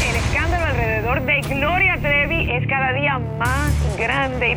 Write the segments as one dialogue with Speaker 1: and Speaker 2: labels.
Speaker 1: El escándalo alrededor de Gloria Trevi es cada día más grande y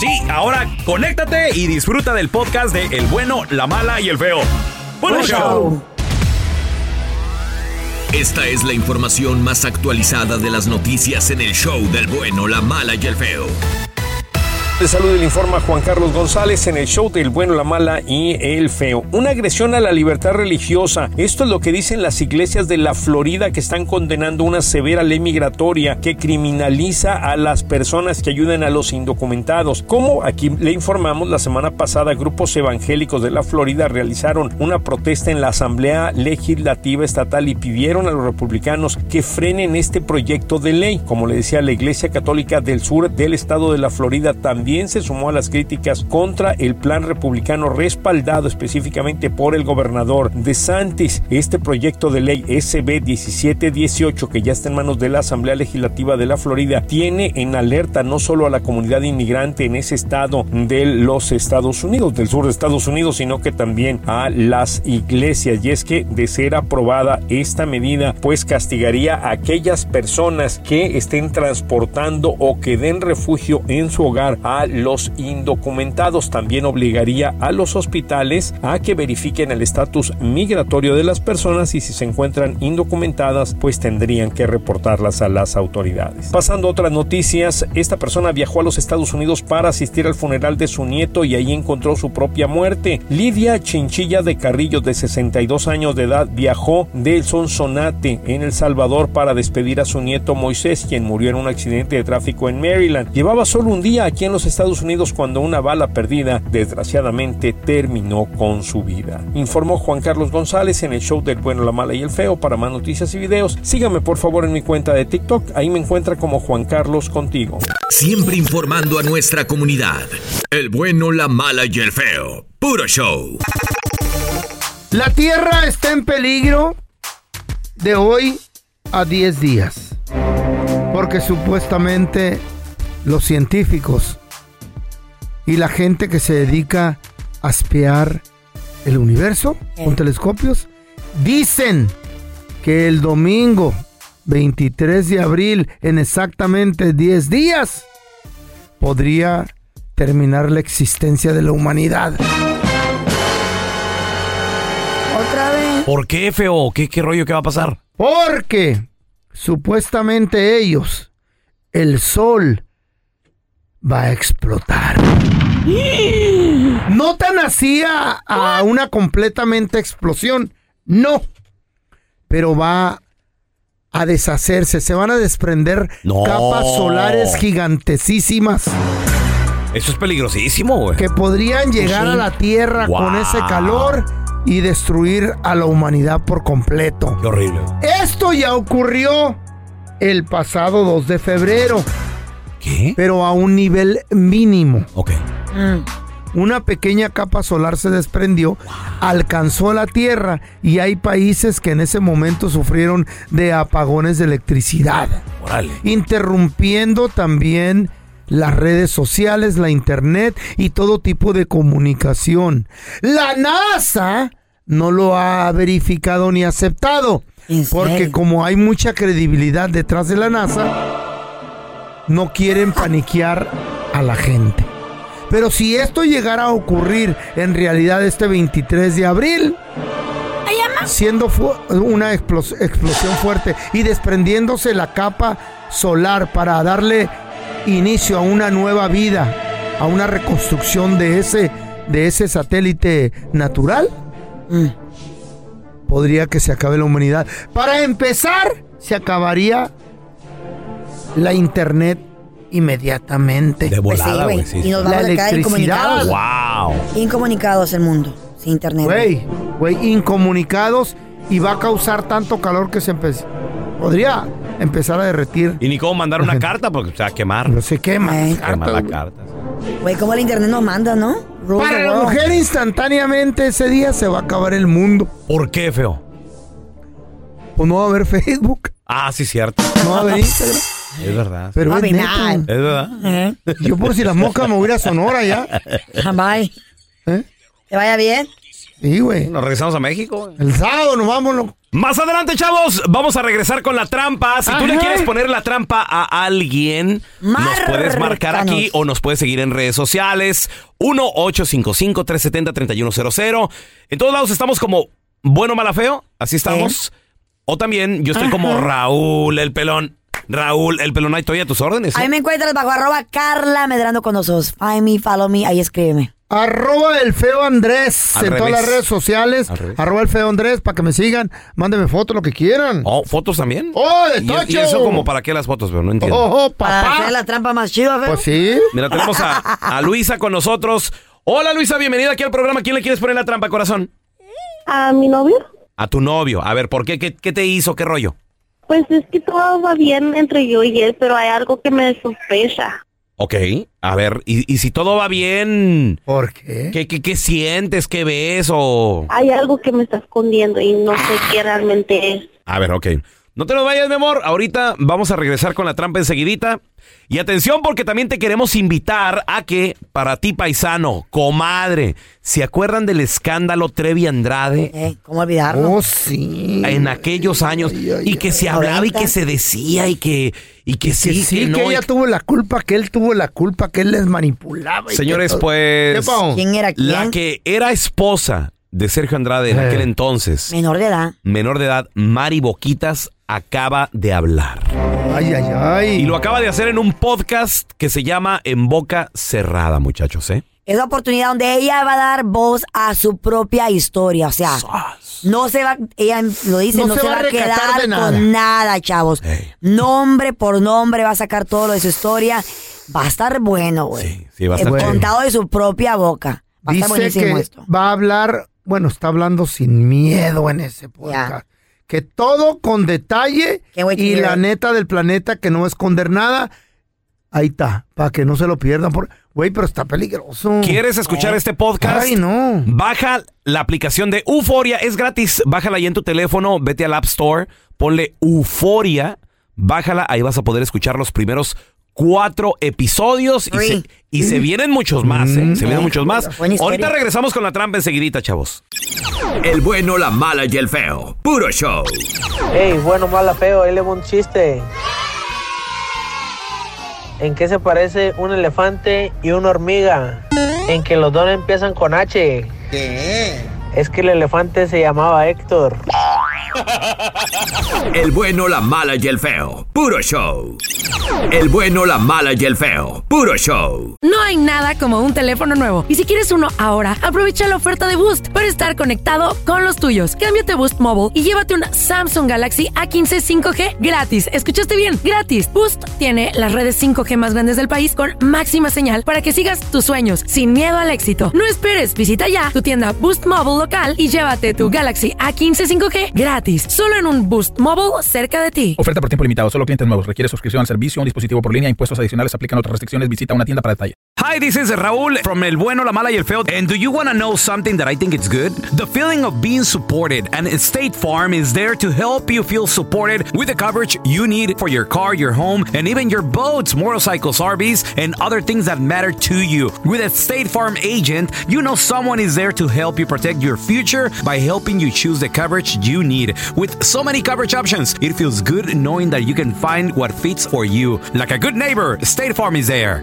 Speaker 2: Sí, ahora conéctate y disfruta del podcast de El bueno, la mala y el feo. Buen
Speaker 3: Buen
Speaker 2: show.
Speaker 3: show.
Speaker 4: Esta es la información más actualizada de las noticias en el show del bueno, la mala y el feo.
Speaker 5: De salud le informa Juan Carlos González en el show del bueno, la mala y el feo. Una agresión a la libertad religiosa. Esto es lo que dicen las iglesias de la Florida que están condenando una severa ley migratoria que criminaliza a las personas que ayudan a los indocumentados. Como aquí le informamos la semana pasada, grupos evangélicos de la Florida realizaron una protesta en la Asamblea Legislativa Estatal y pidieron a los republicanos que frenen este proyecto de ley. Como le decía, la Iglesia Católica del Sur del estado de la Florida también se sumó a las críticas contra el plan republicano respaldado específicamente por el gobernador de Santis. Este proyecto de ley SB 1718 que ya está en manos de la Asamblea Legislativa de la Florida tiene en alerta no solo a la comunidad inmigrante en ese estado de los Estados Unidos, del sur de Estados Unidos, sino que también a las iglesias. Y es que de ser aprobada esta medida, pues castigaría a aquellas personas que estén transportando o que den refugio en su hogar a los indocumentados. También obligaría a los hospitales a que verifiquen el estatus migratorio de las personas y si se encuentran indocumentadas, pues tendrían que reportarlas a las autoridades. Pasando a otras noticias, esta persona viajó a los Estados Unidos para asistir al funeral de su nieto y ahí encontró su propia muerte. Lidia Chinchilla de Carrillo, de 62 años de edad, viajó del Sonsonate en El Salvador para despedir a su nieto Moisés, quien murió en un accidente de tráfico en Maryland. Llevaba solo un día aquí en los Estados Unidos cuando una bala perdida, desgraciadamente, terminó con su vida. Informó Juan Carlos González en el show del bueno, la mala y el feo. Para más noticias y videos, sígame por favor en mi cuenta de TikTok. Ahí me encuentra como Juan Carlos Contigo.
Speaker 4: Siempre informando a nuestra comunidad. El bueno, la mala y el feo. Puro show.
Speaker 3: La Tierra está en peligro de hoy a 10 días. Porque supuestamente los científicos y la gente que se dedica a espiar el universo con telescopios dicen que el domingo 23 de abril, en exactamente 10 días, podría terminar la existencia de la humanidad. Otra vez.
Speaker 6: ¿Por qué, feo? ¿Qué, qué rollo? ¿Qué va a pasar?
Speaker 3: Porque supuestamente ellos, el sol va a explotar. No tan así a, a una completamente explosión, no. Pero va a deshacerse, se van a desprender
Speaker 6: No.
Speaker 3: capas solares gigantesísimas
Speaker 6: Eso es peligrosísimo, güey.
Speaker 3: que podrían llegar a la Tierra con
Speaker 6: Wow.
Speaker 3: ese calor y destruir a la humanidad por completo.
Speaker 6: Qué horrible.
Speaker 3: Esto ya ocurrió el pasado 2 de febrero.
Speaker 6: ¿Qué?
Speaker 3: Pero a un nivel mínimo.
Speaker 6: Ok.
Speaker 3: Una pequeña capa solar se desprendió, alcanzó la Tierra y hay países que en ese momento sufrieron de apagones de electricidad,
Speaker 6: Órale.
Speaker 3: interrumpiendo también las redes sociales, la internet y todo tipo de comunicación. La NASA no lo ha verificado ni aceptado, porque como hay mucha credibilidad detrás de la NASA, no quieren paniquear a la gente. Pero si esto llegara a ocurrir en realidad este 23 de abril, siendo fu- una explos- explosión fuerte y desprendiéndose la capa solar para darle inicio a una nueva vida, a una reconstrucción de ese, de ese satélite natural, Mm. podría que se acabe la humanidad. Para empezar, se acabaría la internet inmediatamente.
Speaker 6: De volada, güey. sí,
Speaker 7: Pues y nos
Speaker 6: sí.
Speaker 7: vamos a
Speaker 3: La
Speaker 7: quedar incomunicados.
Speaker 3: electricidad.
Speaker 6: Wow.
Speaker 7: Incomunicados el mundo, sin internet.
Speaker 3: Güey, güey, incomunicados y va a causar tanto calor que se empe- podría empezar a derretir.
Speaker 6: Y ni cómo mandar una carta porque se va a quemar.
Speaker 3: No se quema. eh,
Speaker 7: Ey.
Speaker 3: las cartas,
Speaker 6: Quemar la
Speaker 3: güey.
Speaker 6: carta.
Speaker 7: Güey, como el internet nos manda, ¿no? Rule
Speaker 3: Para
Speaker 7: the
Speaker 3: la
Speaker 7: world.
Speaker 3: mujer instantáneamente ese día se va a acabar el mundo.
Speaker 6: ¿Por qué, feo?
Speaker 3: Pues no va a haber Facebook,
Speaker 6: Ah, sí, cierto.
Speaker 3: no va a haber Instagram.
Speaker 6: Es verdad.
Speaker 3: Pero
Speaker 7: Va a
Speaker 3: es
Speaker 7: haber
Speaker 3: neta,
Speaker 7: nada.
Speaker 3: güey.
Speaker 6: Es verdad.
Speaker 7: Eh,
Speaker 3: Yo por si las moscas me voy a ir a Sonora ya.
Speaker 7: Ah, Bye.
Speaker 3: ¿Eh?
Speaker 7: ¿Te vaya bien?
Speaker 3: Sí, güey.
Speaker 6: Nos regresamos a México.
Speaker 3: El sábado nos vámonos.
Speaker 6: Más adelante, chavos, vamos a regresar con la trampa. Si tú le
Speaker 3: Ajá.
Speaker 6: quieres poner la trampa a alguien, nos puedes marcar aquí
Speaker 7: Márcanos.
Speaker 6: o nos puedes seguir en redes sociales. 1-855-370-3100. En todos lados estamos como bueno, mala, feo. Así estamos. O también yo estoy como Raúl el pelón. Raúl el pelón. Ahí estoy a tus órdenes. ¿eh?
Speaker 7: A mí me encuentras bajo arroba Carla Medrano con nosotros. Find me, follow me, ahí escríbeme.
Speaker 3: Arroba el feo Andrés
Speaker 6: Al
Speaker 3: en todas
Speaker 6: revés.
Speaker 3: las redes sociales.
Speaker 6: Al revés.
Speaker 3: Arroba el feo Andrés para que me sigan. Mándenme fotos, lo que quieran.
Speaker 6: Oh, ¿Fotos también?
Speaker 3: ¡Oh, de
Speaker 6: ¿Y- ¿Y,
Speaker 3: tocho!
Speaker 6: eso como para qué las fotos, pero no entiendo.
Speaker 3: Ojo,
Speaker 7: Para
Speaker 3: papá.
Speaker 7: hacer la trampa más chida, feo.
Speaker 3: Pues sí.
Speaker 6: Mira, tenemos a, a Luisa con nosotros. Hola Luisa, bienvenida aquí al programa. ¿Quién le quieres poner la trampa, corazón?
Speaker 8: A mi novio,
Speaker 6: A tu novio. A ver, ¿por qué? ¿Qué, qué te hizo? ¿Qué rollo?
Speaker 8: pues es que todo va bien entre yo y él, pero hay algo que me sospecha.
Speaker 6: Ok. A ver, y, y si todo va bien,
Speaker 3: ¿Por qué?
Speaker 6: ¿qué, qué, qué sientes? ¿Qué ves? O...
Speaker 8: Hay algo que me está escondiendo y no sé qué realmente es.
Speaker 6: A ver, ok. No te nos vayas, mi amor. Ahorita vamos a regresar con la trampa enseguidita. Y atención porque también te queremos invitar a que, para ti, paisano, comadre, ¿se acuerdan del escándalo Trevi Andrade?
Speaker 7: Eh, ¿Cómo olvidarlo?
Speaker 3: Oh, sí.
Speaker 6: en aquellos años
Speaker 3: ay, ay,
Speaker 6: y que se hablaba y que se decía y que y que Ah, sí,
Speaker 3: Que sí,
Speaker 6: que no.
Speaker 3: que ella tuvo la culpa, que él tuvo la culpa, que él les manipulaba. y
Speaker 6: Señores,
Speaker 3: que todo.
Speaker 6: pues
Speaker 3: ¿Qué pasó?
Speaker 7: ¿Quién era quién?
Speaker 6: la que era esposa de Sergio Andrade en
Speaker 3: Eh.
Speaker 6: aquel entonces,
Speaker 7: Menor de edad.
Speaker 6: menor de edad, Mari Boquitas acaba de hablar
Speaker 3: Ay, ay, ay.
Speaker 6: y lo acaba de hacer en un podcast que se llama En Boca Cerrada, muchachos, ¿eh?
Speaker 7: Es la oportunidad donde ella va a dar voz a su propia historia. O sea, no se va, ella lo dice,
Speaker 3: No
Speaker 7: no,
Speaker 3: se
Speaker 7: se,
Speaker 3: va
Speaker 7: va,
Speaker 3: a
Speaker 7: a
Speaker 3: recatar
Speaker 7: quedar
Speaker 3: de nada.
Speaker 7: con nada, chavos.
Speaker 6: Ey.
Speaker 7: Nombre por nombre va a sacar todo lo de su historia. Va a estar bueno, güey.
Speaker 6: Sí, sí, va a
Speaker 7: Eh,
Speaker 6: estar
Speaker 3: Bueno.
Speaker 6: chido.
Speaker 7: Contado de su propia boca. Va a estar
Speaker 3: Dice
Speaker 7: buenísimo
Speaker 3: que
Speaker 7: esto.
Speaker 3: va a hablar, bueno, está hablando sin miedo en ese podcast. Que todo con detalle
Speaker 7: Qué güey,
Speaker 3: y
Speaker 7: qué
Speaker 3: la
Speaker 7: güey.
Speaker 3: neta del planeta que no va a esconder nada. Ahí está, para que no se lo pierdan. por- Güey, pero está peligroso.
Speaker 6: ¿Quieres escuchar este podcast?
Speaker 3: Ay, no.
Speaker 6: Baja la aplicación de Euforia, es gratis. Bájala ahí en tu teléfono, vete al App Store, ponle Euforia, bájala, ahí vas a poder escuchar los primeros cuatro episodios y se,
Speaker 7: Free.
Speaker 6: y se vienen muchos más, ¿eh? Se vienen muchos más.
Speaker 7: Buena historia.
Speaker 6: Ahorita regresamos con la trampa enseguidita, chavos.
Speaker 4: El bueno, la mala y el feo. Puro show.
Speaker 9: Ey, bueno, mala, feo, él es un chiste.
Speaker 10: ¿En qué se parece un elefante y una hormiga? En que los dos empiezan con H. ¿Qué? Es que el elefante se llamaba Héctor.
Speaker 4: El bueno, la mala y el feo. Puro show. El bueno, la mala y el feo. Puro show.
Speaker 11: No hay nada como un teléfono nuevo. Y si quieres uno ahora, aprovecha la oferta de Boost para estar conectado con los tuyos. Cámbiate a Boost Mobile y llévate un Samsung Galaxy A15 5G gratis. ¿Escuchaste bien? Gratis. Boost tiene las redes 5G más grandes del país con máxima señal para que sigas tus sueños sin miedo al éxito. No esperes, visita ya tu tienda Boost Mobile local y llévate tu Galaxy A15 5G gratis. Solo en un Boost Mobile cerca de ti.
Speaker 12: Oferta por tiempo limitado, solo clientes nuevos. Requiere suscripción al servicio, un dispositivo por línea, impuestos adicionales, aplican otras restricciones. Visita una tienda para detalle.
Speaker 2: Hi, this is Raúl from El Bueno, La Mala y El Feo. And do you want to know something that I think it's good? The feeling of being supported. And State Farm is there to help you feel supported with the coverage you need for your car, your home, and even your boats, motorcycles, RVs, and other things that matter to you. With a State Farm agent, you know someone is there to help you protect your future by helping you choose the coverage you need. With so many coverage options, it feels good knowing that you can find what fits for you. Like a good neighbor, State Farm is there.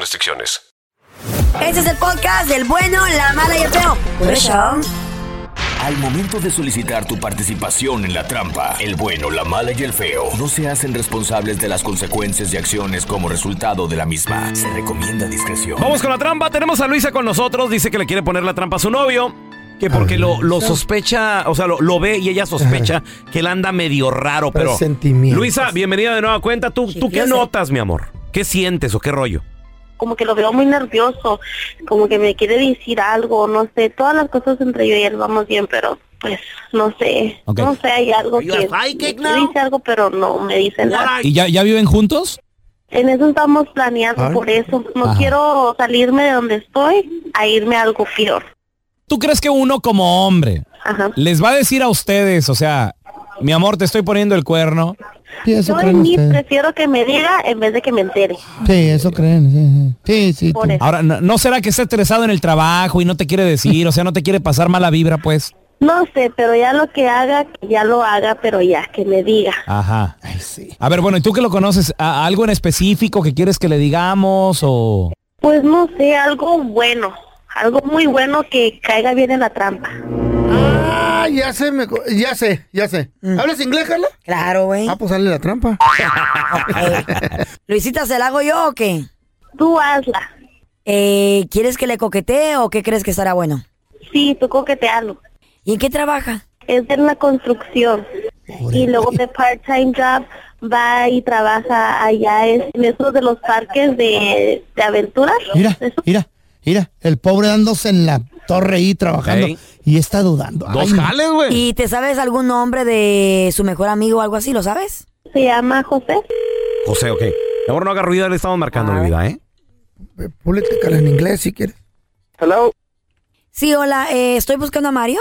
Speaker 13: restricciones.
Speaker 7: Este es el podcast del bueno, la mala y el feo. Por eso.
Speaker 4: Al momento de solicitar tu participación en la trampa, el bueno, la mala y el feo no se hacen responsables de las consecuencias y acciones como resultado de la misma. Se recomienda discreción.
Speaker 2: Vamos con la trampa. Tenemos a Luisa con nosotros. Dice que le quiere poner la trampa a su novio. Que porque lo, lo sospecha, o sea, lo, lo ve y ella sospecha que él anda medio raro, pero.
Speaker 3: Presentimientos.
Speaker 2: Luisa, bienvenida de nueva cuenta. ¿Tú, ¿tú qué notas, mi amor? ¿Qué sientes o qué rollo?
Speaker 8: Como que lo veo muy nervioso, como que me quiere decir algo, no sé, todas las cosas entre yo y él vamos bien, pero pues no sé,
Speaker 6: Ok.
Speaker 8: no sé, hay algo
Speaker 6: You are
Speaker 8: que
Speaker 6: psychic
Speaker 8: me dice algo, pero no me dice nada.
Speaker 6: ¿Y ya, ya viven juntos?
Speaker 8: En eso estamos planeando,
Speaker 6: Ah.
Speaker 8: por eso no
Speaker 6: Ajá.
Speaker 8: quiero salirme de donde estoy a irme a algo peor.
Speaker 6: ¿Tú crees que uno como hombre
Speaker 8: Ajá.
Speaker 6: les va a decir a ustedes, o sea, mi amor, te estoy poniendo el cuerno?
Speaker 8: Yo en mí prefiero que me diga en vez de que me entere.
Speaker 6: Sí, eso creen. Sí, sí.
Speaker 8: Por eso.
Speaker 6: Ahora, ¿no, no será que está estresado en el trabajo y no te quiere decir, o sea, no te quiere pasar mala vibra, pues?
Speaker 8: No sé, pero ya lo que haga, que ya lo haga, pero ya, que me diga.
Speaker 6: Ajá. A ver, bueno, ¿y tú que lo conoces? ¿A- ¿Algo en específico que quieres que le digamos o...?
Speaker 8: Pues no sé, algo bueno, algo muy bueno que caiga bien en la trampa.
Speaker 3: Ah, ya sé, me co- ya sé, ya sé. ¿Hablas inglés, Carla?
Speaker 7: Mm. Claro, güey.
Speaker 3: Ah, pues sale la trampa.
Speaker 7: Luisita, ¿se la hago yo o qué?
Speaker 8: Tú hazla.
Speaker 7: Eh, ¿Quieres que le coquetee o qué crees que estará bueno?
Speaker 8: Sí, tú coquetealo.
Speaker 7: ¿Y en qué trabaja?
Speaker 8: Es en la construcción. Y luego de part-time job va y trabaja allá es- en esos de los parques de, de aventuras.
Speaker 14: Mira, mira, mira, el pobre dándose en la torre ahí trabajando
Speaker 7: Ey.
Speaker 14: y está dudando. Ay, no.
Speaker 7: ¿Y te sabes algún nombre de su mejor amigo o algo así? ¿Lo sabes?
Speaker 8: Se llama José.
Speaker 2: José, ok. Mi amor, no haga ruido, le estamos marcando mi vida, ¿eh?
Speaker 3: Púlete, Carla, en inglés si quieres. Hello.
Speaker 7: Sí, hola, eh, estoy buscando a Mario.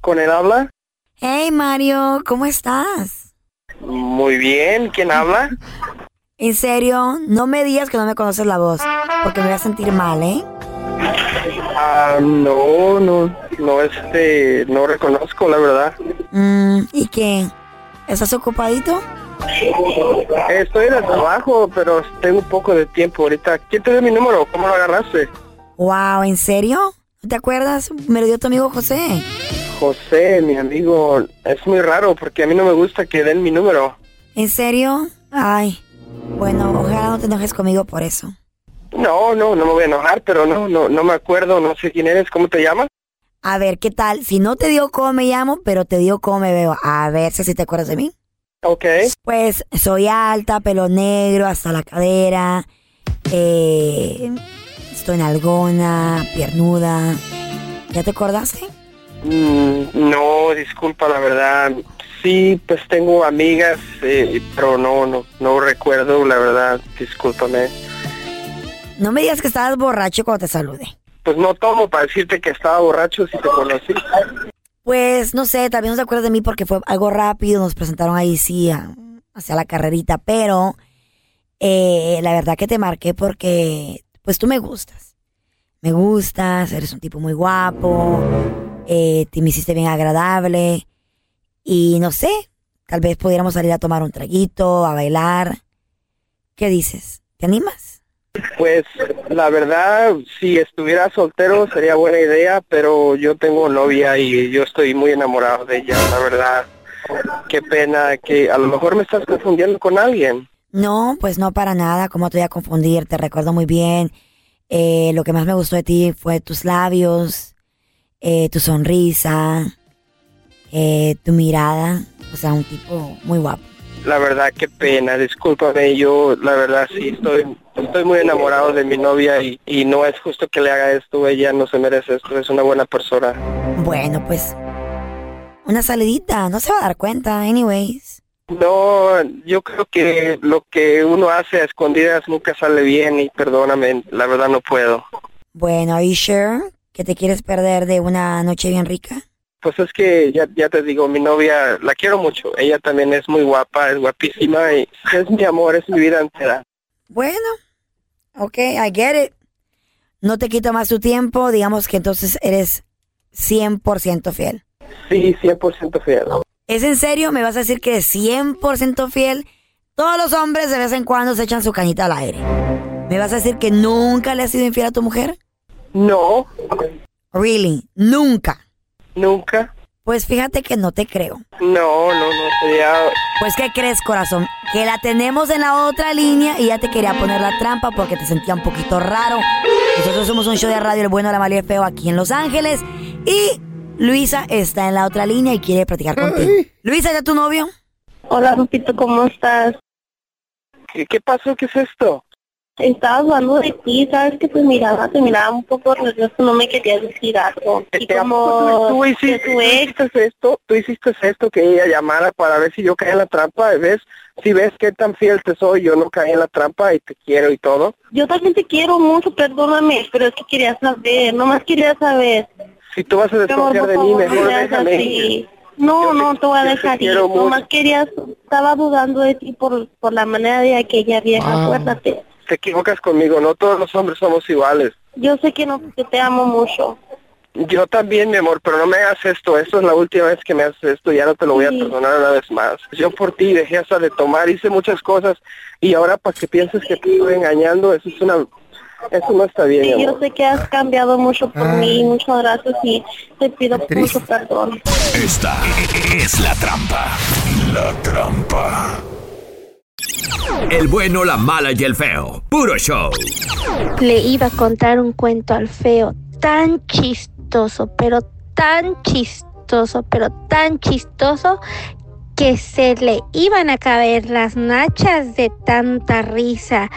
Speaker 10: ¿Con él habla?
Speaker 7: Hey, Mario, ¿cómo estás?
Speaker 10: Muy bien. ¿Quién habla?
Speaker 7: En serio, no me digas que no me conoces la voz, porque me voy a sentir mal, ¿eh?
Speaker 10: Ah, no, no, no, este, no reconozco, la verdad.
Speaker 7: Mm, ¿Y qué? ¿Estás ocupadito?
Speaker 10: Estoy en el trabajo, pero tengo un poco de tiempo ahorita. ¿Quién te dio mi número? ¿Cómo lo agarraste?
Speaker 7: Wow, ¿en serio? ¿No te acuerdas? Me lo dio tu amigo José.
Speaker 10: José, mi amigo, es muy raro porque a mí no me gusta que den mi número.
Speaker 7: ¿En serio? Ay, bueno, ojalá no te enojes conmigo por eso.
Speaker 10: No, no, no me voy a enojar, pero no, no, no me acuerdo, no sé quién eres, ¿cómo te llamas?
Speaker 7: A ver, ¿qué tal? Si no te dio cómo me llamo, pero te dio cómo me veo. A ver si así te acuerdas de mí.
Speaker 10: Ok.
Speaker 7: Pues soy alta, pelo negro, hasta la cadera. Eh, estoy en algona, piernuda. ¿Ya te acordaste?
Speaker 10: Mm, no, disculpa, la verdad, sí, pues tengo amigas, eh, pero no, no, no recuerdo, la verdad, discúlpame.
Speaker 7: No me digas que estabas borracho cuando te salude.
Speaker 10: Pues no tomo para decirte que estaba borracho si te conocí.
Speaker 7: Pues no sé, también no se acuerdas de mí porque fue algo rápido, nos presentaron ahí sí a- hacia la carrerita, pero eh, la verdad que te marqué porque pues tú me gustas. Me gustas, eres un tipo muy guapo, eh, te me hiciste bien agradable y no sé, tal vez pudiéramos salir a tomar un traguito, a bailar. ¿Qué dices? ¿Te animas?
Speaker 10: Pues la verdad, si estuviera soltero sería buena idea, pero yo tengo novia y yo estoy muy enamorado de ella, la verdad. Qué pena que a lo mejor me estás confundiendo con alguien.
Speaker 7: No, pues no para nada, ¿cómo te voy a confundir? Te recuerdo muy bien. Eh, lo que más me gustó de ti fue tus labios, eh, tu sonrisa, eh, tu mirada. O sea, un tipo muy guapo.
Speaker 10: La verdad, qué pena, discúlpame, yo la verdad sí estoy, estoy muy enamorado de mi novia y, y no es justo que le haga esto, ella no se merece esto, es una buena persona.
Speaker 7: Bueno, pues una salidita, no se va a dar cuenta, anyways.
Speaker 10: No, yo creo que lo que uno hace a escondidas nunca sale bien y perdóname, la verdad no puedo.
Speaker 7: Bueno, ¿are you sure que te quieres perder de una noche bien rica?
Speaker 10: Pues es que ya, ya te digo, mi novia la quiero mucho, ella también es muy guapa, es guapísima y es mi amor, es mi vida entera.
Speaker 7: Bueno, ok, I get it. No te quito más tu tiempo, digamos que entonces eres 100% fiel.
Speaker 10: Sí, 100% fiel.
Speaker 7: ¿Es en serio? ¿Me vas a decir que es 100% fiel? Todos los hombres de vez en cuando se echan su cañita al aire. ¿Me vas a decir que nunca le has sido infiel a tu mujer?
Speaker 10: No.
Speaker 7: Really, nunca.
Speaker 10: Nunca.
Speaker 7: Pues fíjate que no te creo.
Speaker 10: No, no, no, sería...
Speaker 7: Pues ¿qué crees, corazón? Que la tenemos en la otra línea y ya te quería poner la trampa porque te sentía un poquito raro. Nosotros somos un show de radio El Bueno, la Mala y el Feo aquí en Los Ángeles. Y Luisa está en la otra línea y quiere platicar contigo.
Speaker 10: Ah,
Speaker 7: Luisa, ¿ya tu novio?
Speaker 8: Hola, Lupito, ¿cómo estás?
Speaker 10: ¿Qué, qué pasó? ¿Qué es esto?
Speaker 8: Estaba hablando de ti, sabes que tu mirada te miraba un poco nervioso, no me querías decir algo. Y como
Speaker 10: Tú
Speaker 8: de
Speaker 10: hiciste,
Speaker 8: tu
Speaker 10: tú
Speaker 8: ex,
Speaker 10: hiciste esto, tú hiciste esto que ella llamara para ver si yo caí en la trampa, ¿ves? Si ves qué tan fiel te soy, yo no caí en la trampa y te quiero y todo.
Speaker 8: yo también te quiero mucho, perdóname, pero es que quería saber, nomás quería saber.
Speaker 10: Si tú vas a
Speaker 8: Mi amor,
Speaker 10: desconfiar
Speaker 8: por
Speaker 10: de mí,
Speaker 8: favor,
Speaker 10: mejor
Speaker 8: no seas
Speaker 10: déjame.
Speaker 8: así. No, no, te voy a
Speaker 10: yo te
Speaker 8: dejar ir.
Speaker 10: quiero
Speaker 8: Nomás
Speaker 10: mucho.
Speaker 8: querías, estaba dudando de ti por, por la manera de aquella vieja,
Speaker 10: Ah.
Speaker 8: acuérdate.
Speaker 10: Te equivocas conmigo, no todos los hombres somos iguales.
Speaker 8: Yo sé que no, que te amo mucho.
Speaker 10: Yo también, mi amor, pero no me hagas esto. Esto es la última vez que me haces esto. Ya no te lo voy a
Speaker 8: Sí.
Speaker 10: perdonar una vez más. Yo por ti dejé hasta de tomar, hice muchas cosas y ahora para que pienses que te estoy engañando, eso es una, eso no está bien, mi
Speaker 8: Y
Speaker 10: amor.
Speaker 8: yo sé que has cambiado mucho por mí, muchas gracias y te pido mucho perdón.
Speaker 4: Esta es la trampa. La trampa. El bueno, la mala y el feo. Puro show.
Speaker 15: Le iba a contar un cuento al feo tan chistoso, pero tan chistoso, pero tan chistoso que se le iban a caer las nachas de tanta risa.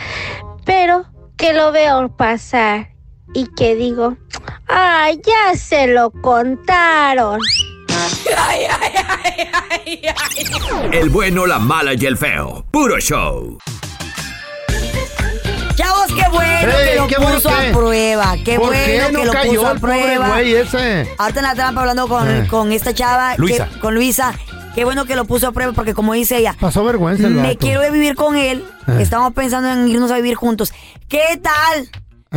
Speaker 15: Pero que lo veo pasar y que digo, ah, ya se lo contaron.
Speaker 4: El bueno, la mala y el feo. Puro show.
Speaker 7: Chavos, qué bueno
Speaker 3: Ey,
Speaker 7: que lo
Speaker 3: qué bueno
Speaker 7: puso
Speaker 3: que-
Speaker 7: a prueba. Qué
Speaker 3: ¿Por
Speaker 7: bueno
Speaker 3: qué
Speaker 7: que
Speaker 3: no
Speaker 7: lo
Speaker 3: cayó
Speaker 7: puso a
Speaker 3: el pobre
Speaker 7: prueba.
Speaker 3: güey ese?
Speaker 7: Ahorita en la trampa hablando con,
Speaker 3: Eh.
Speaker 7: con esta chava. que-
Speaker 3: Luisa.
Speaker 7: con Luisa. Qué bueno que lo puso a prueba porque como dice ella,
Speaker 3: Pasó vergüenza el
Speaker 7: me
Speaker 3: vato.
Speaker 7: quiero de vivir con él.
Speaker 3: Eh.
Speaker 7: Estamos pensando en irnos a vivir juntos. ¿Qué tal?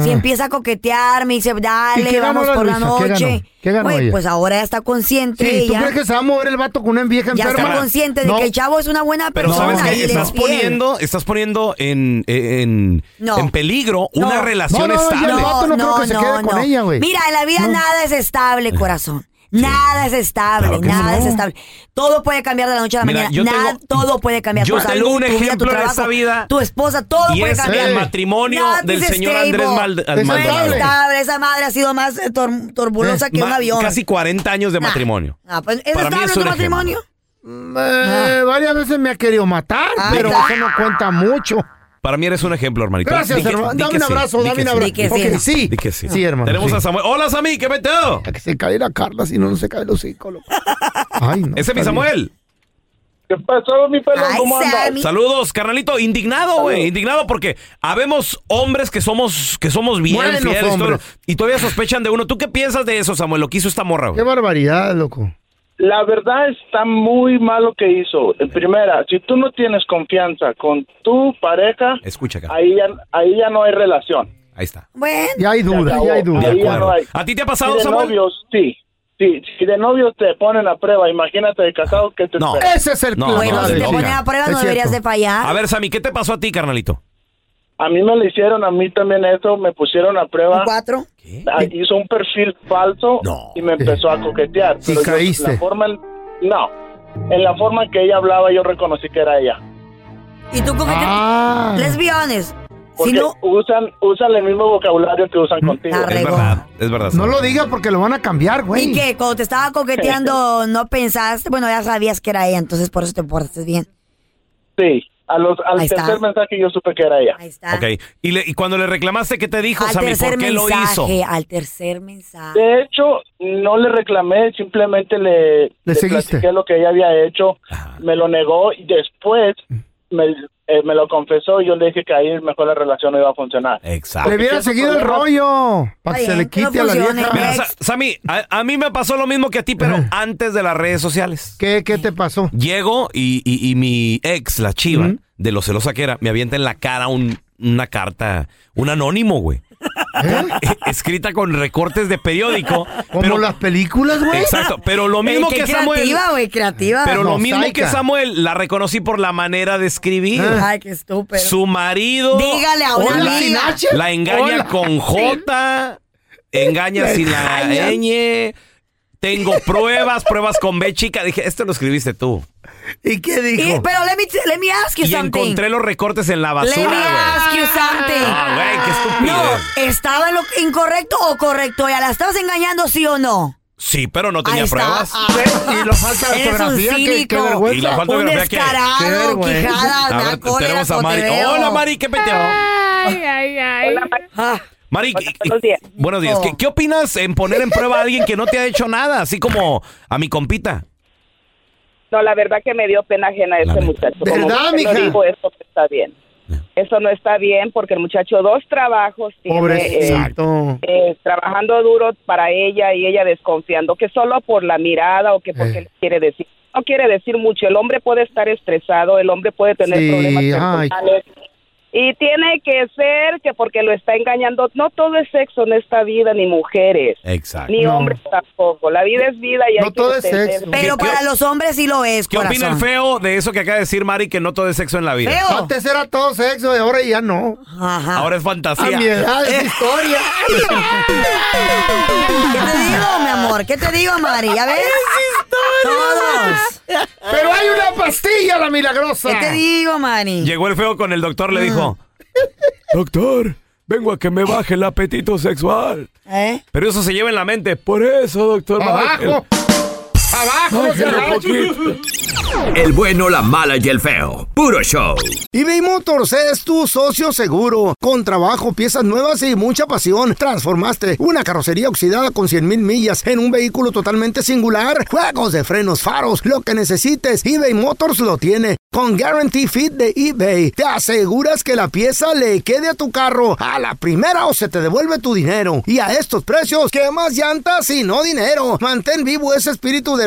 Speaker 7: Si
Speaker 3: Eh.
Speaker 7: empieza a coquetear, me dice,
Speaker 3: ¿Y
Speaker 7: dale,
Speaker 3: qué ganó
Speaker 7: vamos
Speaker 3: la
Speaker 7: por la
Speaker 3: Luisa? ¿Qué
Speaker 7: noche.
Speaker 3: ganó? ¿Qué ganó
Speaker 7: Güey,
Speaker 3: ella?
Speaker 7: pues ahora ya está consciente
Speaker 3: Sí, ¿tú
Speaker 7: ella.
Speaker 3: crees que se va a mover el vato con una vieja
Speaker 7: ya
Speaker 3: enferma?
Speaker 7: está consciente de
Speaker 3: No.
Speaker 7: que el chavo es una buena
Speaker 3: Pero
Speaker 7: persona.
Speaker 3: ¿sabes qué?
Speaker 7: y le es
Speaker 3: Estás
Speaker 7: fiel.
Speaker 6: poniendo, estás poniendo en, en,
Speaker 7: No.
Speaker 6: en peligro una
Speaker 7: No.
Speaker 6: relación estable.
Speaker 7: no. Mira, en la vida nada es estable, corazón. Nada es estable, nada es estable. Todo puede cambiar de la noche a la
Speaker 6: Mira,
Speaker 7: mañana.
Speaker 6: yo
Speaker 7: Nada,
Speaker 6: tengo-
Speaker 7: todo puede cambiar.
Speaker 6: yo
Speaker 7: tu
Speaker 6: tengo
Speaker 7: salud,
Speaker 6: un
Speaker 7: tu vida, tu
Speaker 6: ejemplo de
Speaker 7: trabajo,
Speaker 6: esa vida.
Speaker 7: Tu esposa, todo
Speaker 6: Y
Speaker 7: puede
Speaker 6: es el
Speaker 7: cambiar.
Speaker 6: matrimonio
Speaker 7: Nada
Speaker 6: del
Speaker 7: es
Speaker 6: señor Andrés Mal-
Speaker 7: estable. No es
Speaker 6: Maldonado.
Speaker 7: estable. Esa madre ha sido más eh, tor- turbulosa que un
Speaker 6: Ma-
Speaker 7: avión.
Speaker 6: Casi 40 años de
Speaker 7: Nah.
Speaker 6: matrimonio.
Speaker 7: Ah, pues, ¿Es
Speaker 6: Para mí
Speaker 7: estable
Speaker 6: es
Speaker 7: tu
Speaker 6: un ejemplo.
Speaker 7: matrimonio?
Speaker 3: Eh, varias veces me ha querido matar,
Speaker 6: Ah,
Speaker 3: pero eso no cuenta mucho.
Speaker 6: Para mí eres un ejemplo, hermanito.
Speaker 3: Gracias,
Speaker 6: Di que-
Speaker 3: hermano.
Speaker 6: di
Speaker 3: Dame
Speaker 6: que
Speaker 3: un
Speaker 6: sí,
Speaker 3: abrazo,
Speaker 6: di
Speaker 3: dame
Speaker 6: que
Speaker 3: un abrazo.
Speaker 6: Di que
Speaker 3: Ok, sí.
Speaker 6: Di que sí.
Speaker 3: Sí, hermano,
Speaker 6: Tenemos
Speaker 3: sí.
Speaker 6: a Samuel. Hola, Sammy, ¿qué metido?
Speaker 3: Que se cae la Carla si no, no se cae el hocico, loco. Ay,
Speaker 6: Ese
Speaker 3: no.
Speaker 6: es mi
Speaker 3: está bien.
Speaker 6: Samuel.
Speaker 16: ¿Qué pasó, Pues, mi pelón? ¿Cómo andas?
Speaker 6: Saludos, carnalito. Indignado, güey. Indignado porque habemos hombres que somos, que somos bien
Speaker 3: Buenos
Speaker 6: fieles todo-
Speaker 3: hombres.
Speaker 6: y todavía sospechan de uno. ¿Tú qué piensas de eso, Samuel? Lo que hizo esta morra, güey.
Speaker 3: Qué barbaridad, loco.
Speaker 16: La verdad está muy mal lo que hizo. En primera, si tú no tienes confianza con tu pareja,
Speaker 6: Escucha, acá.
Speaker 16: ahí ya, ahí ya no hay relación.
Speaker 6: Ahí está.
Speaker 3: Ya hay dudas, ya hay dudas.
Speaker 16: Ahí ya no hay.
Speaker 6: ¿A ti te ha pasado,
Speaker 16: si de
Speaker 6: Samuel?
Speaker 16: Novios, sí. Sí, si de novios te ponen a prueba, imagínate de casado que te
Speaker 6: No.
Speaker 16: espera.
Speaker 6: Ese es el No, plan. no,
Speaker 7: Bueno, si te
Speaker 6: no,
Speaker 7: pones
Speaker 6: no.
Speaker 7: a prueba
Speaker 6: Es
Speaker 7: no deberías de
Speaker 6: cierto.
Speaker 7: fallar.
Speaker 6: A ver, Sammy, ¿qué te pasó a ti, carnalito?
Speaker 16: A mí me lo hicieron, a mí también eso, me pusieron a prueba. Ah,
Speaker 7: ¿Cuatro?
Speaker 16: Hizo un perfil falso y me empezó a coquetear.
Speaker 3: Y
Speaker 16: Pero yo-
Speaker 3: caíste.
Speaker 16: la forma en- no, en la forma que ella hablaba yo reconocí que era ella.
Speaker 7: ¿Y tú coqueteas? Ah. Lesbiones.
Speaker 16: Porque usan, usan el mismo vocabulario que usan contigo.
Speaker 7: Es
Speaker 6: verdad, es verdad.
Speaker 3: No lo digas porque lo van a cambiar, güey.
Speaker 7: Mm, Y que cuando te estaba coqueteando no pensaste, bueno, ya sabías que era ella, entonces por eso te portaste bien.
Speaker 16: Sí, a los, al
Speaker 7: Ahí está.
Speaker 16: tercer mensaje yo supe que era ella.
Speaker 6: Ok. ¿Y, le- y cuando le reclamaste, ¿qué te dijo,
Speaker 7: al
Speaker 6: Sammy?
Speaker 7: tercer
Speaker 6: ¿Por qué
Speaker 7: mensaje,
Speaker 6: lo hizo?
Speaker 7: al tercer mensaje.
Speaker 16: De hecho, no le reclamé, simplemente le, le
Speaker 3: seguiste.
Speaker 16: platiqué lo que ella había hecho, me lo negó y después
Speaker 3: Mm.
Speaker 16: me, eh, me lo confesó y yo le dije que ahí mejor la relación no iba a funcionar.
Speaker 6: Exacto.
Speaker 3: Le hubiera seguido el rollo para que se le quite a la
Speaker 6: Mira,
Speaker 3: vieja.
Speaker 6: Sa- Sammy, a, a mí me pasó lo mismo que a ti, pero antes de las redes sociales.
Speaker 3: ¿Qué, qué te pasó?
Speaker 6: Llego y, y- y mi ex, la chiva, de lo celosa que era, me avienta en la cara un- una carta, un anónimo, güey. Eh, Escrita con recortes de periódico.
Speaker 3: Como las películas, güey.
Speaker 6: Exacto, pero lo mismo
Speaker 7: Eh, qué
Speaker 6: que Samuel.
Speaker 7: creativa, güey, creativa.
Speaker 6: Pero lo mismo que
Speaker 7: Mosaica. Ah.
Speaker 6: Samuel, la reconocí por la manera de escribir.
Speaker 7: Ay, qué estúpido.
Speaker 6: Su marido.
Speaker 7: Dígale a una
Speaker 6: la,
Speaker 7: Hola, amiga. sin H.
Speaker 6: la engaña
Speaker 7: Hola,
Speaker 6: con
Speaker 7: sin-
Speaker 6: J. Engaña
Speaker 7: Me
Speaker 6: sin la
Speaker 7: engañan.
Speaker 6: ñ. Tengo pruebas, pruebas con B, chica. Dije, esto lo escribiste tú.
Speaker 3: ¿Y qué
Speaker 7: Y- pero let me, let me ask you
Speaker 6: Y
Speaker 7: something.
Speaker 6: encontré los recortes en la basura,
Speaker 7: Let me
Speaker 6: güey.
Speaker 7: ask you something.
Speaker 6: Ah, güey, qué estupidez.
Speaker 7: ¿Estaba en lo incorrecto o correcto? ¿Ya la estabas engañando, sí o no?
Speaker 6: Sí, pero no tenía
Speaker 7: está.
Speaker 6: pruebas.
Speaker 3: Y lo Ah, falta de
Speaker 7: Eres un
Speaker 3: ortografía, qué, qué
Speaker 7: cínico.
Speaker 3: vergüenza.
Speaker 6: Y la falta de
Speaker 7: un
Speaker 6: ortografía, ¿qué? Qué
Speaker 7: descarado,
Speaker 6: vergüenza.
Speaker 7: quijada,
Speaker 6: A ver,
Speaker 7: naco,
Speaker 6: tenemos
Speaker 7: era
Speaker 6: a Mari.
Speaker 7: cotorreo.
Speaker 6: Hola, Mari, qué peteo.
Speaker 17: Ay, ay, ay.
Speaker 6: Mari, buenos días. ¿Qué, qué opinas en poner en prueba a alguien que no te ha hecho nada? Así como a mi compita.
Speaker 18: No, la verdad que me dio pena ajena a
Speaker 6: este
Speaker 18: muchacho.
Speaker 3: ¿Verdad,
Speaker 18: usted lo
Speaker 3: mija?
Speaker 18: dijo, eso no está bien. Eso no está bien porque el muchacho dos trabajos tiene, eh,
Speaker 3: Pobrecito.
Speaker 18: eh, trabajando duro para ella y ella desconfiando que solo por la mirada o
Speaker 3: Eh.
Speaker 18: que porque él quiere decir. No quiere decir mucho. El hombre puede estar estresado, el hombre puede tener
Speaker 3: Sí,
Speaker 18: problemas
Speaker 3: ay.
Speaker 18: personales. Y tiene que ser que porque lo está engañando, no todo es sexo en esta vida, ni mujeres,
Speaker 6: Exacto.
Speaker 18: ni hombres tampoco. La vida es vida y hay que entender-
Speaker 7: Pero
Speaker 6: ¿Qué-
Speaker 7: para
Speaker 6: qué-
Speaker 7: los hombres sí lo es,
Speaker 6: ¿Qué opina el
Speaker 7: corazón.
Speaker 6: feo de eso que acaba de decir Mari, que no todo es sexo en la vida?
Speaker 3: Antes era todo sexo y ahora ya no.
Speaker 6: Ahora es fantasía.
Speaker 3: A mi
Speaker 7: Ah,
Speaker 3: edad es historia.
Speaker 7: Eh. ¿Qué te digo, mi amor? ¿Qué te digo, Mari? ¿Ya ves? Todos.
Speaker 3: Pero hay una pastilla, la milagrosa.
Speaker 7: ¿Qué te digo, Mari?
Speaker 6: Llegó el feo con el doctor, le dijo, doctor, vengo a que me baje el apetito sexual.
Speaker 7: ¿Eh?
Speaker 6: Pero eso se lleva en la mente. Por eso, doctor.
Speaker 3: Abajo. Abajo, carajo.
Speaker 4: El bueno, la mala y el feo. Puro show.
Speaker 2: eBay Motors es tu socio seguro. Con trabajo, piezas nuevas y mucha pasión, transformaste una carrocería oxidada con 100 mil millas en un vehículo totalmente singular. Juegos de frenos, faros, lo que necesites, eBay Motors lo tiene. Con Guarantee Fit de eBay, te aseguras que la pieza le quede a tu carro a la primera o se te devuelve tu dinero. Y a estos precios, ¿qué más llantas y no dinero? Mantén vivo ese espíritu de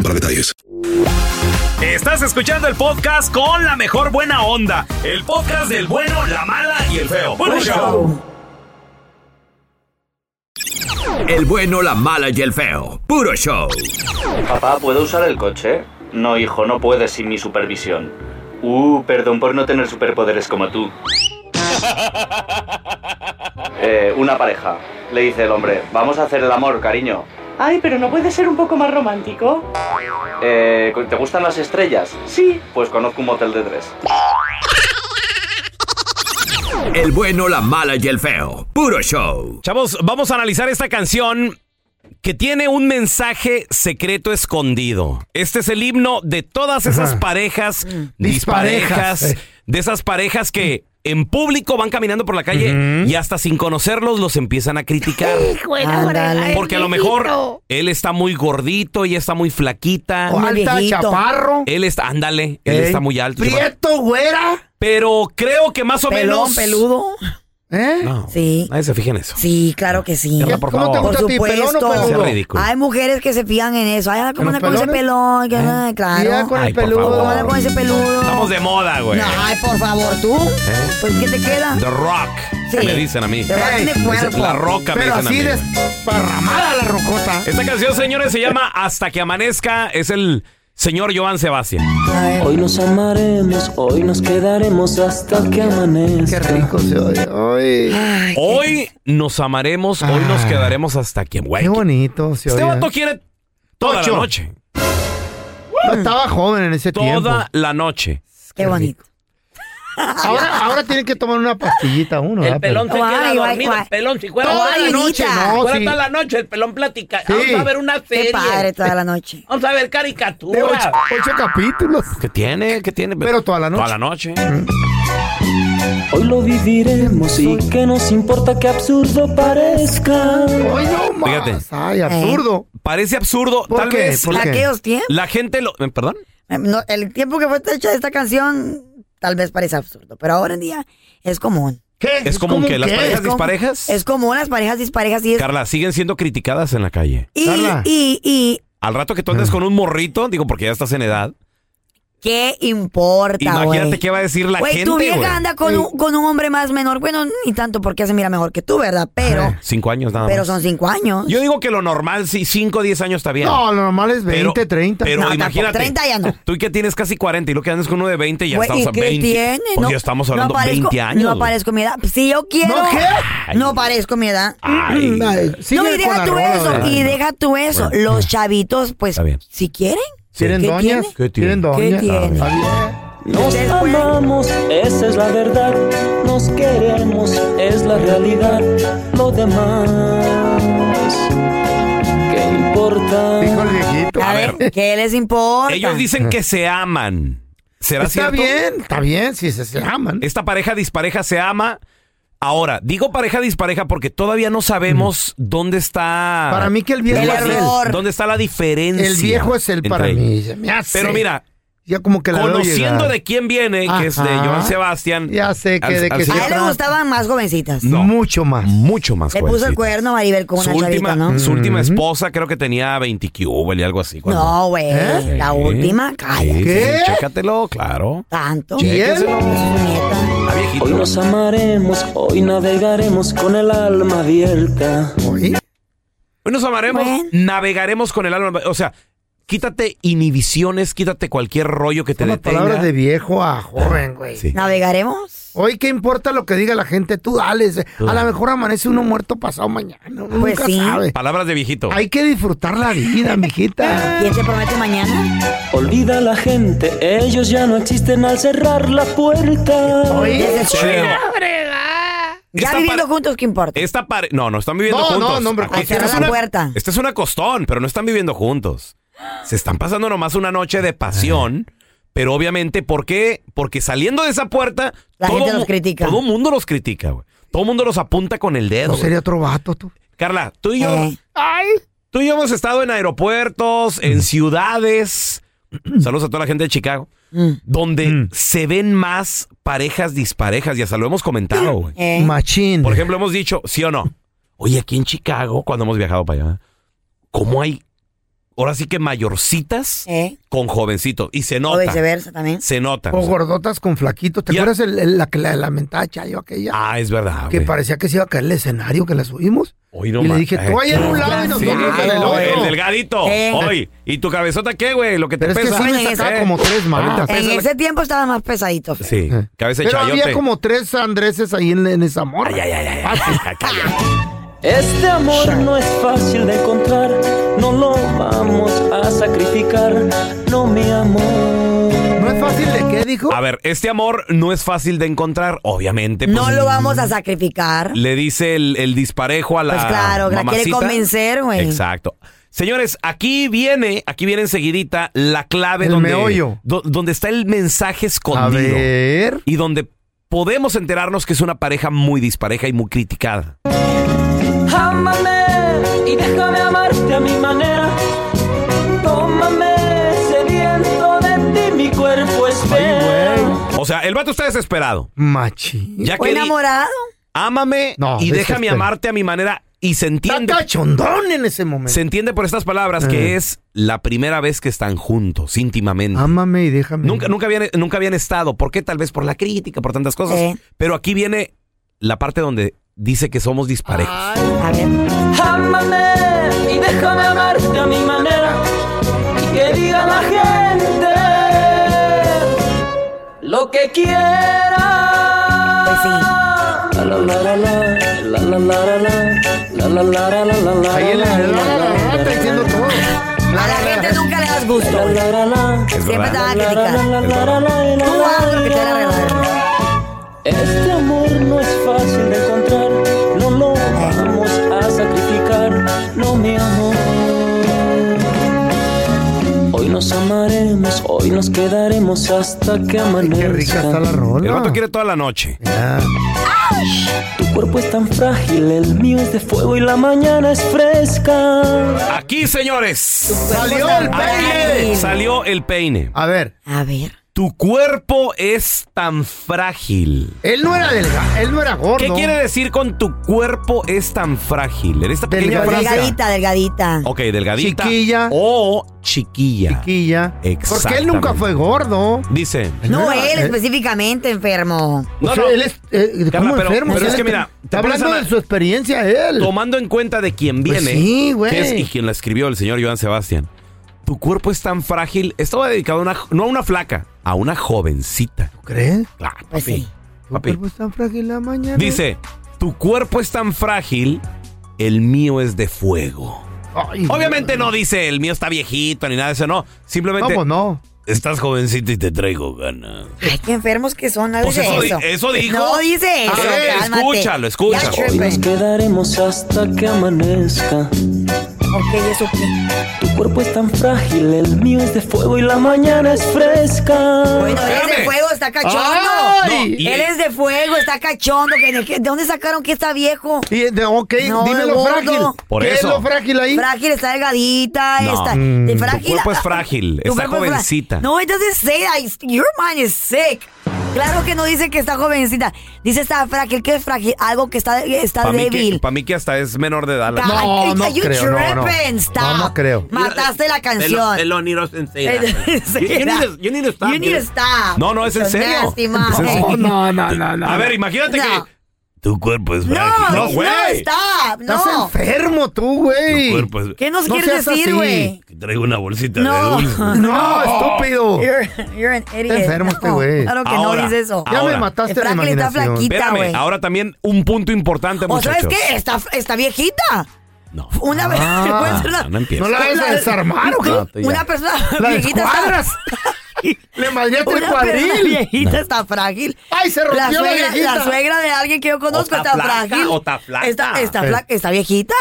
Speaker 19: para detalles.
Speaker 6: Estás escuchando el podcast con la mejor buena onda. El podcast del bueno, la mala y el feo. Buen show.
Speaker 20: El bueno, la mala y el feo. Puro show.
Speaker 21: Papá, ¿puedo usar el coche? No, hijo, no puedes sin mi supervisión. Uh, perdón por no tener superpoderes como tú. Eh, una pareja. Le dice el hombre, vamos a hacer el amor, cariño.
Speaker 22: Ay, pero no puede ser un poco más romántico.
Speaker 21: Eh, ¿Te gustan las estrellas? Sí. Pues conozco un motel de tres.
Speaker 20: El bueno, la mala y el feo. Puro show.
Speaker 6: Chavos, vamos a analizar esta canción que tiene un mensaje secreto escondido. Este es el himno de todas esas
Speaker 3: Ajá. Mm.
Speaker 6: parejas,
Speaker 3: Disparejas.
Speaker 6: disparejas, de esas parejas que en público van caminando por la calle y hasta sin conocerlos los empiezan a criticar. Porque a lo mejor él está muy gordito, ella está muy flaquita.
Speaker 3: O alta, Viejito. chaparro.
Speaker 6: Él está, ándale, él
Speaker 3: Ey.
Speaker 6: está muy alto. chaparro.
Speaker 3: Prieto, güera.
Speaker 6: Pero creo que más o
Speaker 7: Pelón,
Speaker 6: menos.
Speaker 7: peludo.
Speaker 3: ¿Eh?
Speaker 6: No,
Speaker 7: Sí.
Speaker 6: Nadie se fija en eso.
Speaker 7: Sí, claro que sí.
Speaker 6: Carla, por favor.
Speaker 7: Por supuesto.
Speaker 6: Sea ridículo.
Speaker 7: Hay mujeres que se fijan en eso. Ay, ¿cómo
Speaker 6: ¿En
Speaker 7: anda con
Speaker 6: los
Speaker 7: ese
Speaker 6: pelones?
Speaker 7: pelón? Que
Speaker 3: ¿Eh?
Speaker 7: anda- Claro.
Speaker 6: Ya con el Ay, por peludo. favor.
Speaker 7: ¿Cómo anda con ese peludo?
Speaker 6: Estamos de moda, güey.
Speaker 7: No, ay, por favor, tú.
Speaker 6: ¿Eh?
Speaker 7: Pues, ¿qué te queda?
Speaker 6: The Rock.
Speaker 7: Sí.
Speaker 6: Me dicen a mí.
Speaker 7: The Rock tiene
Speaker 6: Dice,
Speaker 7: cuerpo.
Speaker 6: La roca
Speaker 3: Pero
Speaker 6: me dicen
Speaker 3: así
Speaker 6: a mí.
Speaker 3: desparramada la rocota.
Speaker 6: Esta canción, señores, se llama Hasta que amanezca. Es el señor Joan Sebastián.
Speaker 23: Hoy nos amaremos, hoy nos quedaremos hasta que amanezca. Qué rico se oye.
Speaker 6: Hoy nos amaremos, hoy nos quedaremos hasta que güey.
Speaker 3: Ah. Qué ¿eh? bonito. Se
Speaker 6: Este
Speaker 3: oye.
Speaker 6: vato quiere toda
Speaker 3: Tocho.
Speaker 6: la noche.
Speaker 3: No, Estaba joven en ese tiempo.
Speaker 6: Toda la noche.
Speaker 7: Qué bonito.
Speaker 3: Ahora, ahora tienen que tomar una pastillita uno.
Speaker 24: El
Speaker 2: ah,
Speaker 3: ¿verdad?
Speaker 24: pelón se
Speaker 3: Ah, Pero-
Speaker 24: queda dormido, el pelón. Si fuera
Speaker 3: Toda
Speaker 24: toda la
Speaker 3: la
Speaker 24: noche,
Speaker 3: noche, no,
Speaker 24: fuera
Speaker 3: sí.
Speaker 24: toda la noche, el pelón platica.
Speaker 3: Sí.
Speaker 24: Vamos a ver una
Speaker 7: Qué
Speaker 24: serie.
Speaker 7: padre toda la noche.
Speaker 24: Vamos a ver
Speaker 3: De ocho,
Speaker 24: caricatura.
Speaker 3: ocho capítulos.
Speaker 6: ¿Qué tiene? ¿Qué tiene?
Speaker 3: Pero toda la noche.
Speaker 6: Toda la noche.
Speaker 23: Hoy lo viviremos y que nos importa que absurdo parezca.
Speaker 6: Fíjate. Eh.
Speaker 3: Ay,
Speaker 7: absurdo.
Speaker 6: Parece absurdo.
Speaker 7: ¿Por
Speaker 6: Tal
Speaker 7: qué?
Speaker 6: vez.
Speaker 7: ¿Por qué? Aquellos tiempos.
Speaker 6: La gente lo. eh, ¿Perdón?
Speaker 7: No, el tiempo que fue hecha esta canción tal vez parece absurdo, pero ahora en día es común.
Speaker 6: ¿Qué? ¿Es común que las parejas
Speaker 7: Es com-
Speaker 6: disparejas?
Speaker 7: Es común las parejas disparejas y es...
Speaker 6: Carla, siguen siendo criticadas en la calle.
Speaker 7: Y, y, y,
Speaker 6: Al rato que tú andes con un morrito, digo, porque ya estás en edad.
Speaker 7: ¿qué importa, güey?
Speaker 6: Imagínate qué va a decir la
Speaker 7: Güey,
Speaker 6: gente.
Speaker 7: tu vieja
Speaker 6: güey.
Speaker 7: anda con, un, con un hombre más menor. Bueno, ni tanto porque se mira mejor que tú, ¿verdad? Pero,
Speaker 6: Cinco años nada
Speaker 7: pero
Speaker 6: más.
Speaker 7: son cinco años.
Speaker 6: Yo digo que lo normal, sí, 5 o 10 años está bien.
Speaker 3: No, lo normal es
Speaker 6: Pero-
Speaker 3: 20, 30.
Speaker 6: Pero
Speaker 3: No,
Speaker 6: imagínate.
Speaker 3: tampoco, 30 ya no.
Speaker 6: Tú que tienes casi 40 y lo que andas con uno de 20 Este, ya
Speaker 7: Güey,
Speaker 6: estamos
Speaker 7: ¿y
Speaker 6: a
Speaker 7: qué
Speaker 6: 20.
Speaker 7: tiene?
Speaker 6: Pues ya estamos hablando
Speaker 7: no aparezco-
Speaker 6: 20 años.
Speaker 7: No
Speaker 6: güey.
Speaker 7: aparezco mi edad. Si yo quiero.
Speaker 6: ¿No qué?
Speaker 7: No parezco mi edad.
Speaker 3: Mm,
Speaker 6: Ay. Ay,
Speaker 7: no,
Speaker 3: síguele
Speaker 7: y
Speaker 3: con
Speaker 7: deja
Speaker 3: la
Speaker 7: tú
Speaker 3: rola,
Speaker 7: eso.
Speaker 3: güey.
Speaker 7: Y deja tú eso. Los chavitos, pues, si quieren.
Speaker 3: ¿Tienen
Speaker 7: ¿Qué
Speaker 3: doñas?
Speaker 7: tiene?
Speaker 3: ¿Qué tienen
Speaker 7: ¿Qué
Speaker 3: doñas?
Speaker 7: tiene?
Speaker 23: Nos amamos, esa es la verdad. Nos queremos, es la realidad. Lo demás, ¿qué importa?
Speaker 7: A ver, ¿qué les importa?
Speaker 6: Ellos dicen que se aman. ¿Será
Speaker 7: Está
Speaker 6: cierto?
Speaker 7: bien,
Speaker 6: está bien, si se, aman. Esta pareja dispareja se ama. Ahora, digo pareja dispareja porque todavía no sabemos dónde está.
Speaker 3: Mm. Para mí que el viejo El es el- error.
Speaker 6: ¿Dónde está la diferencia?
Speaker 3: El viejo es el
Speaker 6: entre
Speaker 3: para
Speaker 6: ellos?
Speaker 3: mí, se me hace.
Speaker 6: Pero mira,
Speaker 3: Ya como que la veo
Speaker 6: conociendo
Speaker 3: llegar.
Speaker 6: de quién viene, que es de
Speaker 3: Ajá.
Speaker 6: Joan Sebastián.
Speaker 3: Ya sé que
Speaker 6: al-
Speaker 3: de
Speaker 6: al
Speaker 3: que se
Speaker 6: señor-
Speaker 7: A él le gustaban más jovencitas.
Speaker 3: Mucho más.
Speaker 6: Mucho más.
Speaker 7: Le puso el cuerno a Maribel con
Speaker 6: Su
Speaker 7: una
Speaker 6: última,
Speaker 7: chavita, ¿no?
Speaker 6: su última esposa creo que tenía 20 y algo así. cuando-
Speaker 7: No, güey.
Speaker 6: ¿Eh?
Speaker 7: La
Speaker 6: Sí.
Speaker 7: última, cállate.
Speaker 6: Sí, sí, Chécatelo, claro.
Speaker 7: Tanto.
Speaker 23: Chéquenselo.
Speaker 2: Ah,
Speaker 23: Hoy nos amaremos, hoy navegaremos con el alma abierta.
Speaker 6: Hoy nos amaremos, navegaremos con el alma. O sea, quítate inhibiciones, quítate cualquier rollo que te detenga.
Speaker 3: Palabras de viejo a joven, güey.
Speaker 7: ¿Navegaremos?
Speaker 3: Hoy, ¿qué importa lo que diga la gente? Tú dales. A lo mejor amanece uno muerto pasado mañana.
Speaker 7: Pues
Speaker 3: uno nunca sabe.
Speaker 6: Palabras de viejito.
Speaker 3: Hay que disfrutar la vida, mijita.
Speaker 7: ¿Quién te promete mañana?
Speaker 23: Olvida a la gente, ellos ya no existen al cerrar la puerta.
Speaker 7: Ya
Speaker 6: Esta
Speaker 7: viviendo juntos, ¿qué importa?
Speaker 6: Esta pare... No, no están viviendo
Speaker 7: No, no,
Speaker 6: juntos.
Speaker 7: no, hombre,
Speaker 6: Aquí-
Speaker 7: cerrar
Speaker 6: esta es
Speaker 7: la
Speaker 6: una-
Speaker 7: puerta.
Speaker 6: Esta es una costón, pero no están viviendo juntos. Se están pasando nomás una noche de pasión. Pero obviamente, ¿por qué? Porque saliendo de esa puerta,
Speaker 7: La gente los
Speaker 6: mu-
Speaker 7: critica.
Speaker 6: Todo mundo los critica, güey. Todo mundo los apunta con el dedo.
Speaker 2: No
Speaker 6: güey.
Speaker 2: sería otro vato, tú.
Speaker 6: Carla, tú y yo.
Speaker 7: Eh.
Speaker 6: Tú y yo hemos estado en aeropuertos, en ciudades. Saludos a toda la gente de Chicago.
Speaker 7: Mm.
Speaker 6: Donde se ven más parejas disparejas. Ya hasta lo hemos
Speaker 7: Eh.
Speaker 6: comentado, güey.
Speaker 2: Machín.
Speaker 6: Por ejemplo, hemos dicho, sí o no. Oye, aquí en Chicago, cuando hemos viajado para allá, ¿cómo hay ahora sí que mayorcitas
Speaker 7: ¿Eh?
Speaker 6: con jovencitos? Y se nota.
Speaker 7: O viceversa también.
Speaker 6: Se nota.
Speaker 2: O gordotas con flaquitos. ¿Te acuerdas el- el- la, que la lamentada Chayo aquella?
Speaker 6: Ah, es verdad.
Speaker 2: Que parecía que se iba a caer el escenario que la subimos.
Speaker 6: Hoy no
Speaker 2: y le
Speaker 6: más.
Speaker 2: dije,
Speaker 6: Eh,
Speaker 2: tú ahí en un
Speaker 6: claro,
Speaker 2: lado y nosotros
Speaker 6: sí,
Speaker 2: en el otro.
Speaker 6: El delgadito.
Speaker 7: Eh.
Speaker 6: Hoy. ¿Y tu cabezota qué, güey? Lo que te
Speaker 2: Pero es que
Speaker 6: pesa.
Speaker 2: sí me sacaba como tres más.
Speaker 6: 40
Speaker 7: Ah, En
Speaker 6: pesos la-
Speaker 7: ese tiempo estaba más pesadito. feo.
Speaker 6: Sí, cabeza de
Speaker 2: Pero
Speaker 6: chayote.
Speaker 2: había como tres Andreses ahí en, en esa morra. Ah, Ay, ay, ay.
Speaker 23: Este amor no es fácil de encontrar, no lo vamos a sacrificar, no mi amor. ¿No
Speaker 2: es fácil de qué, dijo?
Speaker 6: A ver, este amor no es fácil de encontrar, obviamente. pues,
Speaker 7: No lo vamos a sacrificar.
Speaker 6: Le dice el, el disparejo a la.
Speaker 7: Pues claro, la quiere
Speaker 6: mamacita.
Speaker 7: convencer, güey.
Speaker 6: Exacto. Señores, aquí viene, aquí viene enseguidita la clave
Speaker 2: El
Speaker 6: donde,
Speaker 2: meollo.
Speaker 6: do- donde está el mensaje escondido.
Speaker 2: ver.
Speaker 6: Y donde podemos enterarnos que es una pareja muy dispareja y muy criticada.
Speaker 23: Ámame y déjame amarte a mi manera. Tómame sediento de ti, mi cuerpo espera.
Speaker 6: O sea, el vato está desesperado.
Speaker 2: Machi.
Speaker 6: Ya
Speaker 7: ¿O
Speaker 6: que di-
Speaker 7: enamorado?
Speaker 6: Ámame
Speaker 2: No,
Speaker 6: y
Speaker 2: desespera.
Speaker 6: déjame amarte a mi manera. Y se entiende.
Speaker 2: Cachondón en ese momento. Eh.
Speaker 6: Se entiende por estas palabras que es la primera vez que están juntos, íntimamente.
Speaker 2: Ámame y déjame.
Speaker 6: Nunca, nunca, habían, nunca habían estado. ¿Por qué? Tal vez por la crítica, por tantas cosas. Pero aquí viene la parte donde dice que somos disparejos.
Speaker 23: Ámame y déjame amarte a mi manera. Y que diga la gente lo que quiera. Pues sí. La la la la la la la la la la la la la la la la
Speaker 2: Ahí en la- en la- en la- está diciendo todo.
Speaker 7: A la gente nunca le das gusto. güey. Siempre te van a criticar. Tú haz lo que te dé la gana.
Speaker 23: Este amor no es fácil de encontrar, no lo vamos a sacrificar, no mi amor. Hoy nos amaremos, hoy nos quedaremos hasta que amanezca. Qué rica está la
Speaker 6: El
Speaker 23: rola.
Speaker 6: vato quiere toda la noche.
Speaker 23: Tu cuerpo es tan frágil, el mío es de fuego y la mañana es fresca.
Speaker 6: Aquí, señores.
Speaker 23: Salió
Speaker 2: el
Speaker 6: peine. Salió el peine.
Speaker 2: A ver.
Speaker 7: A ver.
Speaker 6: Tu cuerpo es tan frágil.
Speaker 2: Él no era delgado, él no era Eh, gordo.
Speaker 6: ¿Qué quiere decir con tu cuerpo es tan frágil? En esta pequeña frase.
Speaker 7: Delgadita, delgadita.
Speaker 6: Ok, delgadita.
Speaker 2: Chiquilla.
Speaker 6: O chiquilla.
Speaker 2: Chiquilla. Porque él
Speaker 6: Exactamente.
Speaker 2: nunca fue gordo.
Speaker 6: Dice. "Ah,
Speaker 7: No,
Speaker 2: era-
Speaker 7: él
Speaker 2: eh,
Speaker 7: específicamente enfermo.
Speaker 6: No,
Speaker 2: o sea,
Speaker 6: no.
Speaker 2: Él es, eh,
Speaker 6: Carla,
Speaker 2: ¿cómo
Speaker 6: pero-
Speaker 2: enfermo?
Speaker 6: pero
Speaker 2: Él
Speaker 6: es que mira, te
Speaker 2: Está
Speaker 6: pones a
Speaker 2: hablando
Speaker 6: la-
Speaker 2: de su experiencia él.
Speaker 6: Tomando en cuenta de quién
Speaker 2: Pues
Speaker 6: viene
Speaker 2: sí, güey.
Speaker 6: eh, que es- y quien la escribió, el señor Joan Sebastián. Tu cuerpo es tan frágil. Estaba dedicado a una, no a una flaca, a una jovencita.
Speaker 2: ¿Crees?
Speaker 6: Claro,
Speaker 2: Pues
Speaker 6: papi.
Speaker 2: sí.
Speaker 6: Papi.
Speaker 2: Pues tan frágil la mañana.
Speaker 6: Dice, tu cuerpo es tan frágil, el mío es de fuego. Obviamente no dice, el mío está viejito ni nada de eso, no. Simplemente...
Speaker 2: No, pues no.
Speaker 6: Estás jovencita y te traigo ganas.
Speaker 7: Ay, qué enfermos que son. No
Speaker 6: Pues
Speaker 7: dice
Speaker 6: eso
Speaker 7: eso.
Speaker 6: di- eso dijo.
Speaker 7: No dice eso.
Speaker 2: Ah,
Speaker 6: A ver,
Speaker 7: cálmate.
Speaker 6: Eh, escúchalo, escúchalo.
Speaker 7: Ya
Speaker 23: Hoy nos
Speaker 7: tripping.
Speaker 23: quedaremos hasta que amanezca.
Speaker 7: Ok, eso qué.
Speaker 23: Tu cuerpo es tan frágil, el mío es de fuego y la mañana es fresca.
Speaker 7: Bueno, él es de fuego, está cachondo.
Speaker 23: Ay.
Speaker 7: No, él es de fuego, está cachondo. ¿que- que- ¿De dónde sacaron que está viejo?
Speaker 2: Y de- ok,
Speaker 7: No,
Speaker 2: dime
Speaker 7: de
Speaker 2: lo
Speaker 7: gordo.
Speaker 2: frágil.
Speaker 6: Por
Speaker 2: ¿Qué
Speaker 6: eso.
Speaker 2: es lo frágil ahí?
Speaker 7: Frágil, está delgadita,
Speaker 6: No.
Speaker 7: está
Speaker 6: Mm,
Speaker 7: de
Speaker 6: tu
Speaker 7: frágil.
Speaker 6: cuerpo es frágil,
Speaker 7: Tu
Speaker 6: está
Speaker 7: cuerpo es fra-
Speaker 6: jovencita.
Speaker 7: No, it doesn't say that. It's- Your mind is sick. Claro que no dice que está jovencita. Dice está frágil. ¿Qué es frágil? Algo que está, está
Speaker 6: Para mí, que-
Speaker 7: débil.
Speaker 6: pa' mí que hasta es menor de edad. la-
Speaker 7: Ca- ay, ay, you tripping, stop.
Speaker 6: creo.
Speaker 7: Mataste la canción.
Speaker 6: Hello, Niro Sensei.
Speaker 7: Eh,
Speaker 6: You- you need to- you need to stop,
Speaker 7: You need to
Speaker 6: dude.
Speaker 7: stop.
Speaker 6: No, no, es en
Speaker 7: It's a
Speaker 6: serio.
Speaker 7: nasty man.
Speaker 6: Es en serio.
Speaker 2: No, no, no, no.
Speaker 6: A ver, imagínate
Speaker 7: No.
Speaker 6: que tu cuerpo es
Speaker 7: No,
Speaker 6: frágil.
Speaker 7: no, stop.
Speaker 2: Estás
Speaker 7: No.
Speaker 2: enfermo tú, güey.
Speaker 6: Tu cuerpo es-
Speaker 7: ¿Qué nos
Speaker 2: No
Speaker 7: quieres
Speaker 2: seas
Speaker 7: decir,
Speaker 2: así.
Speaker 7: güey?
Speaker 6: Que Traigo una bolsita
Speaker 7: No.
Speaker 6: de dulce.
Speaker 2: No, estúpido.
Speaker 7: You're, you're an idiot.
Speaker 2: Está enfermo este güey.
Speaker 7: Claro que
Speaker 6: Ahora,
Speaker 7: no dice eso.
Speaker 6: Ya me ahora.
Speaker 2: mataste
Speaker 7: Es
Speaker 2: la
Speaker 7: frágil, está
Speaker 2: imaginación.
Speaker 7: flaquita,
Speaker 6: Espérame,
Speaker 7: güey.
Speaker 6: ahora también un punto importante,
Speaker 7: O
Speaker 6: muchachos. Ah,
Speaker 7: sabes qué, está, está viejita. No. Una vez puede ser una-
Speaker 6: no, no empieces.
Speaker 2: ¿No la vas a desarmar o qué?
Speaker 6: No, tú ya.
Speaker 7: Una persona
Speaker 2: La
Speaker 7: viejita está.
Speaker 2: descuadras. Le madreaste el
Speaker 7: Una persona
Speaker 2: cuadril.
Speaker 7: viejita está frágil.
Speaker 2: Ay, se rompió la
Speaker 7: suegra,
Speaker 2: viejita.
Speaker 7: la suegra de alguien que yo conozco
Speaker 6: O está
Speaker 7: está,
Speaker 6: flaca,
Speaker 7: frágil.
Speaker 6: o está flaca.
Speaker 7: Está, está
Speaker 6: Eh.
Speaker 7: flaca, está viejita.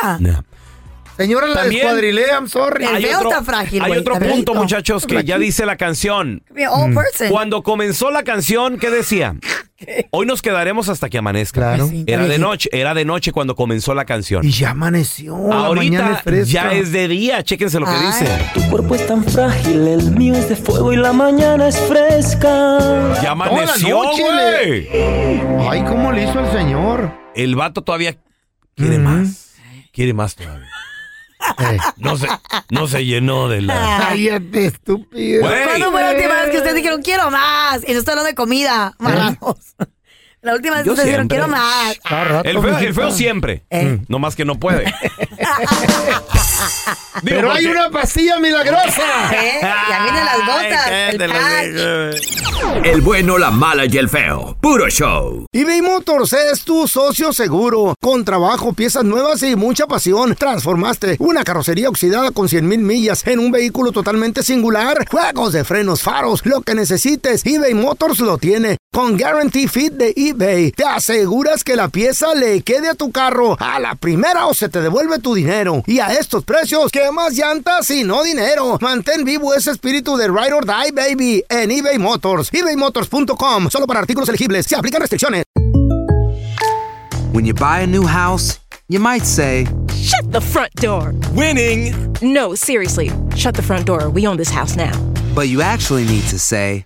Speaker 3: Señora, la
Speaker 6: También-
Speaker 3: descuadrilé, I'm sorry.
Speaker 7: El feo está frágil,
Speaker 6: Hay
Speaker 7: güey,
Speaker 6: otro
Speaker 7: está
Speaker 6: punto,
Speaker 7: feíto.
Speaker 6: muchachos, que ya dice la canción.
Speaker 7: Be a
Speaker 3: Mm.
Speaker 7: old person.
Speaker 6: Cuando comenzó la canción, ¿qué decía? Hoy nos quedaremos hasta que amanezca. Era de noche, era de noche cuando comenzó la canción.
Speaker 3: Y ya amaneció.
Speaker 6: Ahorita
Speaker 3: mañana es fresca.
Speaker 6: ya es de día, chéquense lo que
Speaker 3: Ay.
Speaker 6: dice.
Speaker 23: Tu cuerpo es tan frágil, el mío es de fuego y la mañana es fresca.
Speaker 6: Ya amaneció,
Speaker 3: Toda la noche
Speaker 6: güey.
Speaker 3: Ay, ¿cómo le hizo el señor?
Speaker 6: El vato todavía
Speaker 3: Mm.
Speaker 6: quiere más. Quiere más todavía.
Speaker 3: Eh.
Speaker 6: No se, no se llenó de la.
Speaker 3: Cállate, estúpido.
Speaker 6: Güey.
Speaker 7: ¿Cuándo fue la última vez que ustedes dijeron quiero más? Y no estoy hablando de comida,
Speaker 3: ¿Eh?
Speaker 7: marranos. La última vez que
Speaker 6: Yo
Speaker 7: ustedes dijeron
Speaker 6: siempre.
Speaker 7: quiero más. Eh.
Speaker 6: El feo, el feo siempre. No más que no puede. Digo,
Speaker 3: Pero hay
Speaker 6: porque-
Speaker 3: una pastilla milagrosa.
Speaker 7: ¿Eh? Ya vienen las gotas. el pack.
Speaker 4: El bueno, la mala y el feo. Puro show.
Speaker 25: eBay Motors es tu socio seguro. Con trabajo, piezas nuevas y mucha pasión, transformaste una carrocería oxidada con 100 mil millas en un vehículo totalmente singular. Juegos de frenos, faros, lo que necesites, eBay Motors lo tiene. Con Guarantee Fit de eBay, te aseguras que la pieza le quede a tu carro a la primera o se te devuelve tu dinero. Y a estos precios, ¿qué más llantas y no dinero? Mantén vivo ese espíritu de Ride or Die, baby, en eBay Motors. ebaymotors.com, solo para artículos elegibles. Se aplican restricciones.
Speaker 26: When you buy a new house, you might say,
Speaker 27: Shut the front door. Winning. No, seriously. Shut the front door. We own this house now.
Speaker 26: but you actually need to say,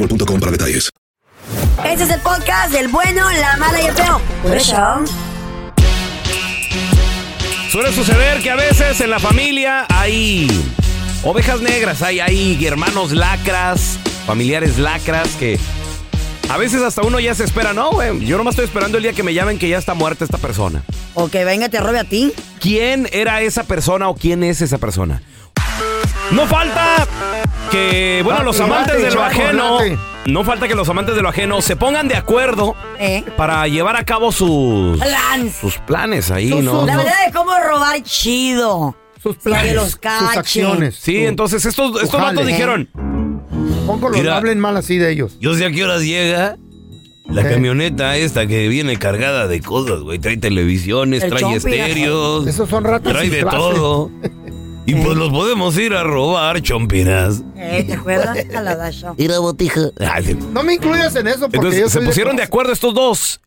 Speaker 19: para detalles.
Speaker 7: Este es el podcast del bueno, la mala y el feo. Por eso.
Speaker 6: Suele suceder que a veces en la familia hay ovejas negras, hay, hay hermanos lacras, familiares lacras que a veces hasta uno ya se espera, no, güey, yo nomás estoy esperando el día que me llamen que ya está muerta esta persona.
Speaker 7: O que venga y te robe a ti.
Speaker 6: ¿Quién era esa persona o quién es esa persona? No falta que, bueno, los amantes de lo ajeno, no falta que los amantes de lo ajeno se pongan de acuerdo
Speaker 7: ¿Eh?
Speaker 6: para llevar a cabo sus,
Speaker 7: Plans.
Speaker 6: sus planes ahí, ¿no?
Speaker 7: La verdad de cómo robar chido. Sus Que los cachen.
Speaker 6: Sí, entonces estos, estos vatos
Speaker 3: Ujale.
Speaker 6: dijeron,
Speaker 3: Poco los
Speaker 6: Mira.
Speaker 3: ¿eh? hablen mal así de ellos.
Speaker 6: Yo sé a qué horas llega la camioneta esta que viene cargada de cosas, güey. Trae televisiones,
Speaker 3: El
Speaker 6: trae
Speaker 3: chompi,
Speaker 6: estéreos.
Speaker 3: Esos son ratas
Speaker 6: Trae
Speaker 3: sin
Speaker 6: de
Speaker 3: clase.
Speaker 6: todo. Y pues los podemos ir a robar, chompinas.
Speaker 7: ¿Eh? ¿Te acuerdas? A la Dasha.
Speaker 6: Ir a botija.
Speaker 3: No me incluyas en eso porque yo
Speaker 6: Entonces se
Speaker 3: soy
Speaker 6: pusieron de acuerdo estos dos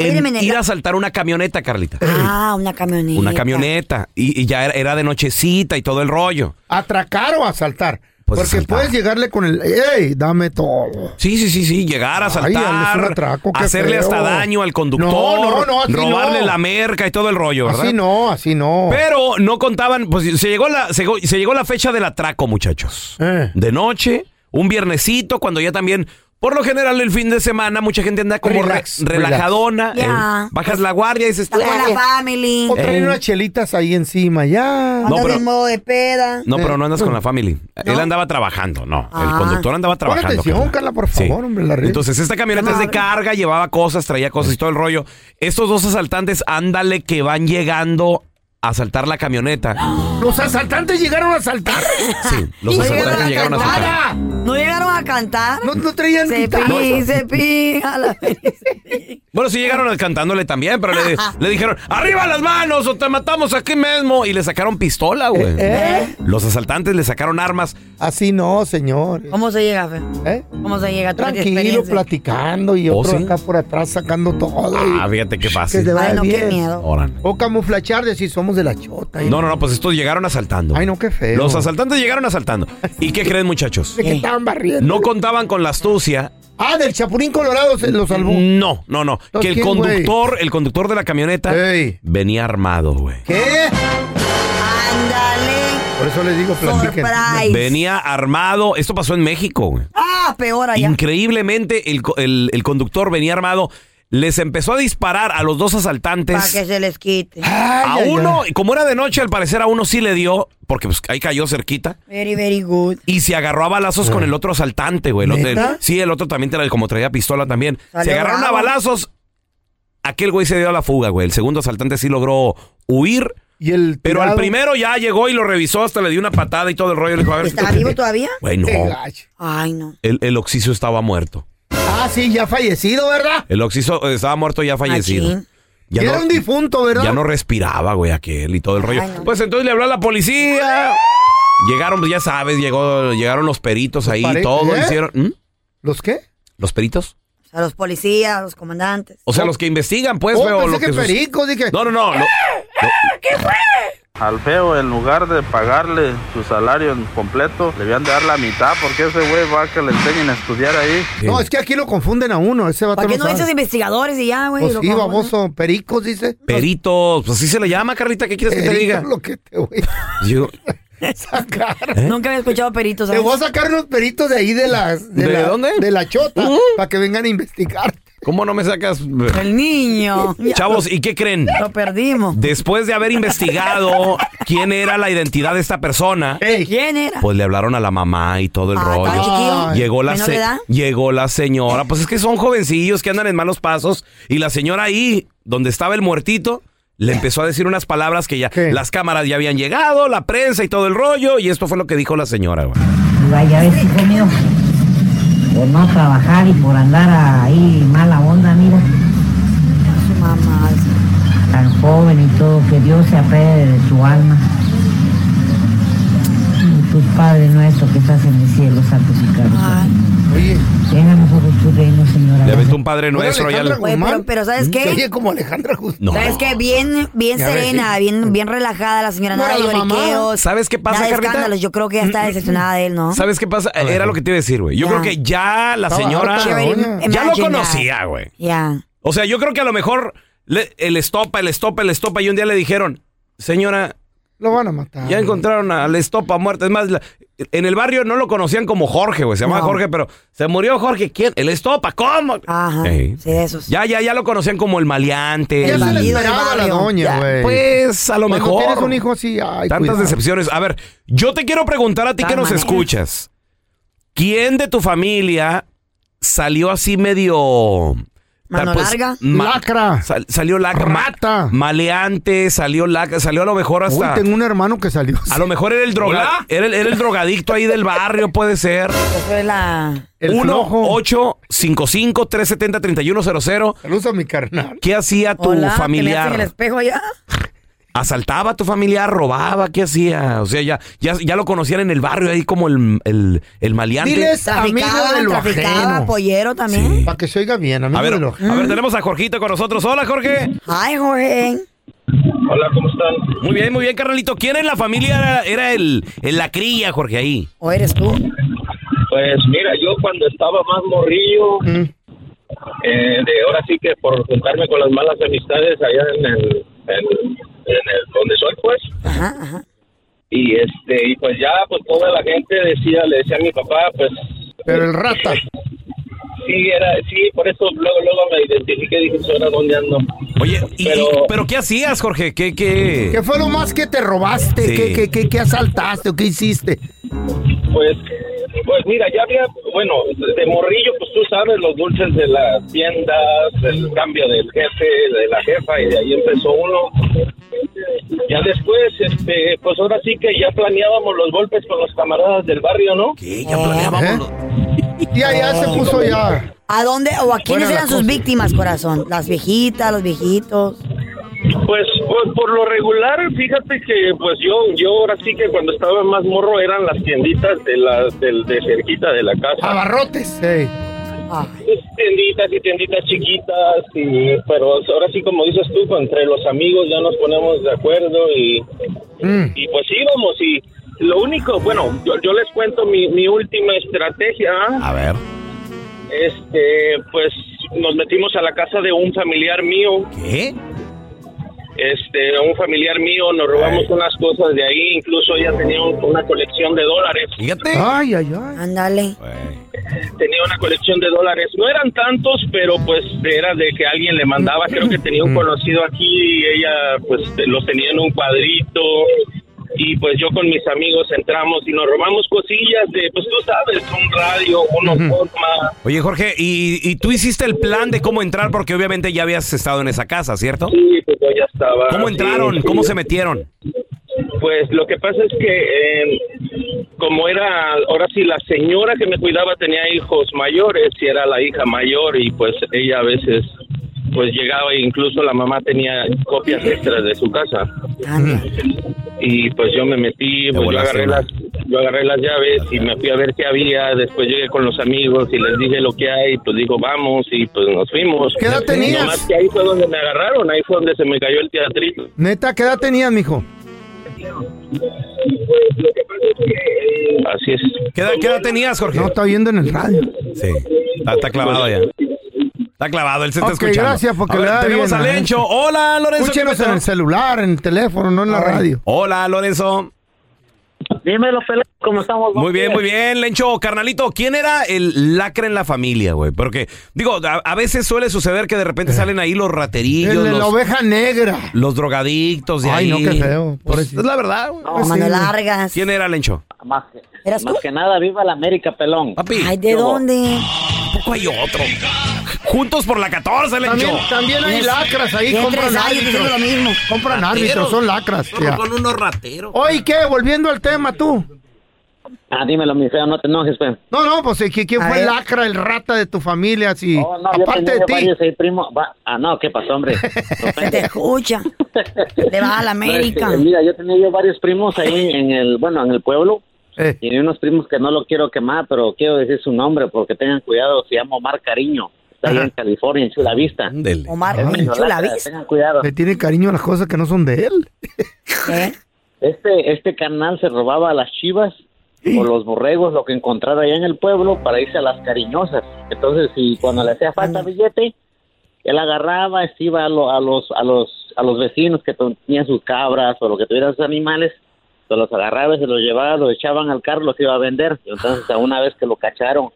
Speaker 7: Óyeme,
Speaker 6: en
Speaker 7: nena.
Speaker 6: ir a saltar una camioneta, Carlita.
Speaker 7: Ah, una camioneta.
Speaker 6: Una camioneta. Y, y ya era, era de nochecita y todo el rollo.
Speaker 3: atracar o asaltar. porque puedes llegarle con el, ¡Ey, dame todo!
Speaker 6: Pues Sí, sí, sí, sí, llegar a
Speaker 3: es un
Speaker 6: saltar,
Speaker 3: atraco, qué
Speaker 6: hacerle
Speaker 3: feo.
Speaker 6: hasta daño al conductor,
Speaker 3: No, no, no, así
Speaker 6: robarle
Speaker 3: no.
Speaker 6: la merca y todo el rollo, ¿verdad?
Speaker 3: Así no, así no.
Speaker 6: Pero no contaban, pues se llegó la, se, llegó- se llegó la fecha del atraco, muchachos.
Speaker 3: Eh.
Speaker 6: De noche, un viernesito, cuando ya también, por lo general el fin de semana, mucha gente anda como re-
Speaker 3: Relax,
Speaker 6: relajadona.
Speaker 3: relax.
Speaker 6: eh,
Speaker 3: Ya.
Speaker 6: bajas la guardia y dices,
Speaker 7: Está con la
Speaker 6: "Ah".
Speaker 7: family.
Speaker 3: O traen
Speaker 6: Eh.
Speaker 3: unas chelitas ahí encima, ya.
Speaker 6: No, pero-
Speaker 7: modo de peda.
Speaker 6: no,
Speaker 3: Eh.
Speaker 6: pero no andas con la family. Él andaba trabajando, no.
Speaker 7: Ah.
Speaker 6: El conductor andaba
Speaker 3: Pon
Speaker 6: trabajando.
Speaker 3: atención,
Speaker 6: carnal.
Speaker 3: Carla, por favor, hombre, la riega.
Speaker 6: Entonces, esta camioneta es de carga, llevaba cosas, traía cosas y todo el rollo. Estos dos asaltantes, ándale, que van llegando a asaltar la camioneta.
Speaker 3: Los asaltantes llegaron a asaltar.
Speaker 6: Sí, los
Speaker 7: No
Speaker 6: asaltantes llegaron a asaltar.
Speaker 3: ¡Para!
Speaker 7: No llegaron a cantar.
Speaker 3: No, no traían
Speaker 7: se
Speaker 3: guitarra.
Speaker 7: pi, se pi, a la
Speaker 6: Bueno, sí llegaron al- cantándole también, pero le, le dijeron, arriba las manos o te matamos aquí mismo. Y le sacaron pistola, güey.
Speaker 3: ¿Eh?
Speaker 6: Los asaltantes le sacaron armas.
Speaker 3: Así no, señor.
Speaker 7: ¿Cómo se llega, Fe? ¿Cómo se llega? Tú eres de
Speaker 3: ¿Eh? Tranquilo,
Speaker 7: experiencia.
Speaker 3: platicando y
Speaker 6: ¿Oh,
Speaker 3: otro
Speaker 6: sí?
Speaker 3: acá por atrás sacando todo. y-
Speaker 6: Ah, fíjate qué fácil.
Speaker 3: Que te vaya bien.
Speaker 6: Órale.
Speaker 3: O camuflachar de si somos de la chota.
Speaker 6: No, no, no, pues estos llegaron asaltando. Ay,
Speaker 3: no, qué feo.
Speaker 6: Los asaltantes llegaron asaltando. ¿Y qué creen, muchachos?
Speaker 3: De que estaban barriendo.
Speaker 6: No contaban con la astucia
Speaker 3: Ah, del Chapulín Colorado se lo salvó.
Speaker 6: No, no, no. Que el
Speaker 3: quién, güey?
Speaker 6: conductor, el conductor de la camioneta venía armado, güey.
Speaker 3: ¿Qué?
Speaker 7: Ándale.
Speaker 3: Por eso les digo,
Speaker 7: platiquen. Surprise.
Speaker 6: Venía armado. Esto pasó en México, güey.
Speaker 7: Ah, peor allá.
Speaker 6: Increíblemente, el, co- el- el conductor venía armado. Les empezó a disparar a los dos
Speaker 7: Para
Speaker 6: asaltantes.
Speaker 7: que se les quite.
Speaker 6: A uno, como era de noche, al parecer a uno sí le dio, porque pues, ahí cayó cerquita.
Speaker 7: Very, very good.
Speaker 6: Y se agarró a balazos con el otro asaltante, güey. El otro-
Speaker 7: ¿Neta?
Speaker 6: sí, el otro también era como traía pistola también.
Speaker 7: Salió
Speaker 6: se agarraron
Speaker 7: bravo.
Speaker 6: a balazos. Aquel güey se dio a la fuga, güey. El segundo asaltante sí logró huir.
Speaker 3: Y el
Speaker 6: pero al
Speaker 7: tirado?
Speaker 6: primero ya llegó y lo revisó, hasta le dio una patada y todo el rollo. Le dijo, a ver,
Speaker 7: ¿Está vivo todavía?
Speaker 6: Güey, no. Qué gacho.
Speaker 7: Ay, no.
Speaker 6: el, el occiso estaba muerto.
Speaker 3: Ah, sí, ya fallecido, ¿verdad?
Speaker 6: El occiso eh, estaba muerto ya fallecido.
Speaker 3: Machín. Ya era un difunto, ¿verdad?
Speaker 6: Ya no respiraba, güey, aquel y todo el rollo. Pues entonces le habló a la policía. Llegaron, pues, ya sabes, llegó, llegaron los peritos ahí,
Speaker 7: pare-
Speaker 6: todo
Speaker 7: ¿Eh?
Speaker 6: hicieron. ¿Mm?
Speaker 3: ¿Los qué?
Speaker 6: ¿Los peritos?
Speaker 7: O sea, los policías, los comandantes.
Speaker 6: O sea, los que investigan, pues,
Speaker 7: Oh,
Speaker 6: veo
Speaker 7: pensé
Speaker 6: lo
Speaker 7: que
Speaker 6: que sus-
Speaker 7: perico, dije.
Speaker 6: No, no, no. lo-
Speaker 7: ¿Qué fue?
Speaker 28: Al feo, en lugar de pagarle su salario en completo, le van a dar la mitad porque ese güey va a que le enseñen a estudiar ahí.
Speaker 3: No, es que aquí lo confunden a uno. Ese vato
Speaker 7: ¿Para qué
Speaker 3: no
Speaker 7: no
Speaker 3: sabe.
Speaker 7: dices investigadores y ya, güey?
Speaker 3: Pues
Speaker 7: Lo
Speaker 3: sí,
Speaker 7: como-
Speaker 3: baboso. Pericos, dice.
Speaker 6: Peritos, pues así se le llama, Carlita, ¿qué quieres que te
Speaker 3: Perico,
Speaker 6: diga?
Speaker 3: lo que te voy
Speaker 6: Yo-
Speaker 7: Nunca había escuchado peritos.
Speaker 3: ¿Eh? Te
Speaker 7: ¿sabes?
Speaker 3: voy a sacar unos peritos de ahí de las.
Speaker 6: ¿De
Speaker 3: la,
Speaker 6: dónde?
Speaker 3: De la chota. Para que vengan a investigar.
Speaker 6: ¿Cómo no me sacas?
Speaker 7: El niño.
Speaker 6: Chavos, ¿y qué creen?
Speaker 7: Lo perdimos.
Speaker 6: Después de haber investigado quién era la identidad de esta persona,
Speaker 7: ¿Quién era?
Speaker 6: pues le hablaron a la mamá y todo el rollo.
Speaker 7: chiquillo.
Speaker 6: Llegó la,
Speaker 7: ¿Menor
Speaker 6: se-
Speaker 7: de edad?
Speaker 6: llegó la señora, pues es que son jovencillos que andan en malos pasos y la señora ahí, donde estaba el muertito, le empezó a decir unas palabras que ya las cámaras ya habían llegado, la prensa y todo el rollo y esto fue lo que dijo la señora. güey.
Speaker 29: Vaya a ver, hijo mío, por no trabajar y por andar ahí mala onda, mira. Su mamá. Tan joven y todo, que Dios se apede de tu alma. Y tu Padre nuestro que estás en el cielo, santificado.
Speaker 7: Ah.
Speaker 29: Oye. Venga a nosotros tu reino, señora.
Speaker 6: Le aventó un padre nuestro y al-
Speaker 7: Güey, pero, pero ¿sabes qué?
Speaker 3: ¿Mm? Oye, como Alejandra Guzmán.
Speaker 6: No.
Speaker 7: ¿Sabes qué? Bien, bien
Speaker 6: Ya ves,
Speaker 7: serena, bien, bien relajada la señora.
Speaker 6: No
Speaker 7: Nada de
Speaker 6: era la mamá.
Speaker 7: lloriqueos.
Speaker 6: ¿Sabes qué pasa,
Speaker 7: nada de
Speaker 6: Carlita? Mm,
Speaker 7: escándalos. Yo creo que ya está decepcionada de él, ¿no?
Speaker 6: ¿Sabes qué pasa? Era lo que te iba a decir, güey. Yo
Speaker 7: Ya.
Speaker 6: creo que ya la
Speaker 7: Estaba
Speaker 6: señora
Speaker 7: harta la doña.
Speaker 6: ya lo
Speaker 7: Imagine
Speaker 6: conocía, güey.
Speaker 7: Ya.
Speaker 6: O sea, yo creo que a lo mejor le- el estopa, el estopa, el estopa, y un día le dijeron, señora,
Speaker 3: Lo van a matar.
Speaker 6: ya encontraron al estopa muerto. Es más, la- en el barrio no lo conocían como Jorge, güey. Se llamaba
Speaker 7: No.
Speaker 6: Jorge, pero se murió Jorge. ¿Quién? El estopa, ¿cómo?
Speaker 7: Ajá.
Speaker 6: Sí.
Speaker 7: Sí, eso sí.
Speaker 6: Ya, ya, ya lo conocían como el maleante.
Speaker 3: Ya
Speaker 6: el-
Speaker 3: se le esperaba a la
Speaker 6: barrio.
Speaker 3: doña,
Speaker 6: Ya,
Speaker 3: güey.
Speaker 6: Pues a lo
Speaker 3: Cuando
Speaker 6: mejor.
Speaker 3: tienes un hijo así, ay,
Speaker 6: Tantas
Speaker 3: cuidado.
Speaker 6: decepciones. A ver, yo te quiero preguntar a ti que nos escuchas. ¿Quién de tu familia salió así medio...
Speaker 7: Mano larga.
Speaker 6: lacra. salió lacra. ma- Maleante, salió lacra. Salió a lo mejor
Speaker 3: Uy,
Speaker 6: hasta...
Speaker 3: tengo un hermano que salió.
Speaker 6: A lo mejor era el, droga-
Speaker 3: Hola.
Speaker 6: era el- era el drogadicto ahí del barrio, puede ser.
Speaker 7: Eso es la.
Speaker 6: 1-855-370-3100.
Speaker 3: Saludos a mi carnal.
Speaker 6: ¿Qué hacía tu
Speaker 7: Hola, ¿te me haces en el
Speaker 6: familiar?
Speaker 7: espejo allá?
Speaker 6: ¿Asaltaba a tu familiar? ¿Robaba? ¿Qué hacía? O sea, ya, ya, ya lo conocían en el barrio ahí como el, el, el maleante.
Speaker 7: Traficaba,
Speaker 3: amigo de lo
Speaker 7: traficaba, pues.
Speaker 3: ajeno.
Speaker 7: pollero también.
Speaker 3: Para que se oiga bien, amigo.
Speaker 6: A ver,
Speaker 3: de lo-
Speaker 6: a ver, tenemos a Jorgito con nosotros. Hola, Jorge.
Speaker 7: Ay, Jorge.
Speaker 6: Hola, ¿cómo están? Muy bien, muy bien, carnalito. ¿Quién en la familia era, era el, el la cría, Jorge, ahí?
Speaker 7: ¿O eres tú?
Speaker 30: Pues mira, yo cuando estaba más morrillo, eh, de ahora sí que por juntarme con las malas amistades allá en el, en- en el- donde soy, pues. Y este, y pues ya, pues toda la gente decía, le decía a mi papá, pues.
Speaker 3: Pero el rata.
Speaker 30: Sí, era, sí, por eso luego, luego me identifiqué, dije, ¿ahora dónde ando?
Speaker 6: Oye, ¿Y, pero, ¿Pero qué hacías, Jorge? ¿Qué, qué?
Speaker 3: ¿Qué fue lo más que te robaste?
Speaker 6: Sí.
Speaker 3: ¿Qué, qué, qué, qué asaltaste o qué hiciste?
Speaker 30: Pues, pues mira, ya había, bueno, de morrillo, pues tú sabes, los dulces de las tiendas, el cambio del jefe, de la jefa, y de ahí empezó uno. Ya después, este, pues ahora sí que ya planeábamos los golpes con los camaradas del barrio, ¿no? Ah,
Speaker 6: Sí, ya planeábamos.
Speaker 3: ¿Eh? Ya, ya se puso ya.
Speaker 7: Oh. ¿A dónde o a quiénes
Speaker 30: Buena la
Speaker 7: eran sus
Speaker 30: cosa.
Speaker 7: víctimas, corazón? Las viejitas, los viejitos.
Speaker 30: Pues, por- por lo regular, fíjate que pues yo, yo ahora sí que cuando estaba más morro eran las tienditas de la, del de cerquita de la casa.
Speaker 3: Abarrotes.
Speaker 30: Pues, tienditas y tienditas chiquitas, y, pero ahora sí, como dices tú, pues, entre los amigos ya nos ponemos de acuerdo y, y pues íbamos. Y lo único, bueno, yo, yo les cuento mi, mi última estrategia.
Speaker 6: A ver.
Speaker 30: este, pues nos metimos a la casa de un familiar mío. ¿Qué? Este, a un familiar mío, nos robamos unas cosas de ahí, incluso ella tenía un- una colección de dólares. Fíjate.
Speaker 3: Ay, ay, ay.
Speaker 7: Ándale.
Speaker 30: Tenía una colección de dólares, no eran tantos, pero pues era de que alguien le mandaba, creo que tenía un conocido aquí, y ella pues te- los tenía en un cuadrito y pues yo con mis amigos entramos y nos robamos cosillas de, pues tú sabes, un radio, una forma.
Speaker 6: Oye, Jorge, ¿y, y tú hiciste el plan de cómo entrar? Porque obviamente ya habías estado en esa casa, ¿cierto?
Speaker 30: Sí, pues yo ya estaba.
Speaker 6: ¿Cómo entraron?
Speaker 30: Sí, sí.
Speaker 6: ¿Cómo se metieron?
Speaker 30: Pues lo que pasa es que eh, como era, ahora sí, la señora que me cuidaba tenía hijos mayores y era la hija mayor y pues ella a veces pues llegaba e incluso la mamá tenía copias extras de su casa. Y pues yo me metí, pues yo agarré las, yo agarré las llaves y me fui a ver qué había, después llegué con los amigos y les dije lo que hay, pues digo vamos y pues nos fuimos.
Speaker 3: ¿Qué edad tenías?
Speaker 30: Nomás que ahí fue donde me agarraron, ahí fue donde se me cayó el teatrito.
Speaker 3: Neta, ¿qué edad tenías, mijo?
Speaker 30: Así es.
Speaker 6: ¿Qué edad, qué edad tenías, Jorge?
Speaker 3: No, está oyendo en el radio.
Speaker 6: Sí. Está, está clavado ya. Está clavado, él se está
Speaker 3: Ok,
Speaker 6: escuchando.
Speaker 3: gracias porque
Speaker 6: A ver,
Speaker 3: le da
Speaker 6: Tenemos
Speaker 3: bien,
Speaker 6: a
Speaker 3: ¿eh?
Speaker 6: Lencho. Hola, Lorenzo.
Speaker 3: Escúchenos
Speaker 6: ¿qué
Speaker 3: en
Speaker 6: me
Speaker 3: el celular, en el teléfono, no en la radio.
Speaker 6: Hola, Lorenzo.
Speaker 31: Dímelo, Pelé, ¿cómo estamos?
Speaker 6: Muy bien, muy bien, Lencho. Carnalito, ¿quién era el lacra en la familia, güey? Porque, digo, a, a veces suele suceder que de repente salen ahí los raterillos,
Speaker 3: Eh. El de la
Speaker 6: los,
Speaker 3: oveja negra.
Speaker 6: los drogadictos de
Speaker 3: Ay,
Speaker 6: ahí.
Speaker 3: no, qué feo.
Speaker 6: Pues, es la verdad, güey.
Speaker 31: No, mano largas.
Speaker 6: ¿Quién era, Lencho?
Speaker 31: Más que, más que nada, viva la América, pelón.
Speaker 6: Papi.
Speaker 31: Ay,
Speaker 7: ¿De dónde?
Speaker 6: Tampoco hay otro. Juntos por la 14, Lencho.
Speaker 3: También, también hay
Speaker 6: Es-
Speaker 3: lacras ahí,
Speaker 6: Bien
Speaker 3: compran
Speaker 6: tres años
Speaker 3: árbitros.
Speaker 6: diciendo lo mismo.
Speaker 3: Compran
Speaker 6: Rateros.
Speaker 3: árbitros, son lacras. ya.
Speaker 31: Con unos rateros.
Speaker 3: Oye, ¿qué? Volviendo al tema, tú.
Speaker 31: Ah, dímelo, mi feo, no te enojes, feo.
Speaker 3: No, no, pues ¿quién quién
Speaker 31: A
Speaker 3: fue el
Speaker 31: ver.
Speaker 3: lacra, el rata de tu familia? Si,
Speaker 31: Oh, no, yo
Speaker 3: aparte de
Speaker 31: tenía
Speaker 3: ti.
Speaker 31: varios ahí, primo. Va- Ah, no, ¿qué pasó, hombre?
Speaker 7: Te escucha. Le vas a la América.
Speaker 31: No, es que, mira, yo tenía yo varios primos ahí en el, bueno, en el pueblo.
Speaker 6: Eh.
Speaker 31: Y unos primos que no lo quiero quemar, pero quiero decir su nombre porque tengan cuidado. Se llama Omar Cariño. Está ahí en California, en Chula Vista.
Speaker 7: Omar,
Speaker 31: Es
Speaker 3: en
Speaker 31: medio
Speaker 3: Chula
Speaker 31: lacra,
Speaker 3: Vista.
Speaker 31: Tengan cuidado.
Speaker 3: Le tiene cariño a las cosas que no son de él.
Speaker 31: Este, este canal se robaba a las chivas o los borregos, lo que encontrara allá en el pueblo, para irse a las cariñosas. Entonces, si cuando le hacía falta billete, él agarraba, se iba a, lo- a los a los a los vecinos que to- tenían sus cabras o lo que tuvieran sus animales, se los agarraba, y se los llevaba, los echaban al carro, los iba a vender. Y entonces, a una vez que lo cacharon,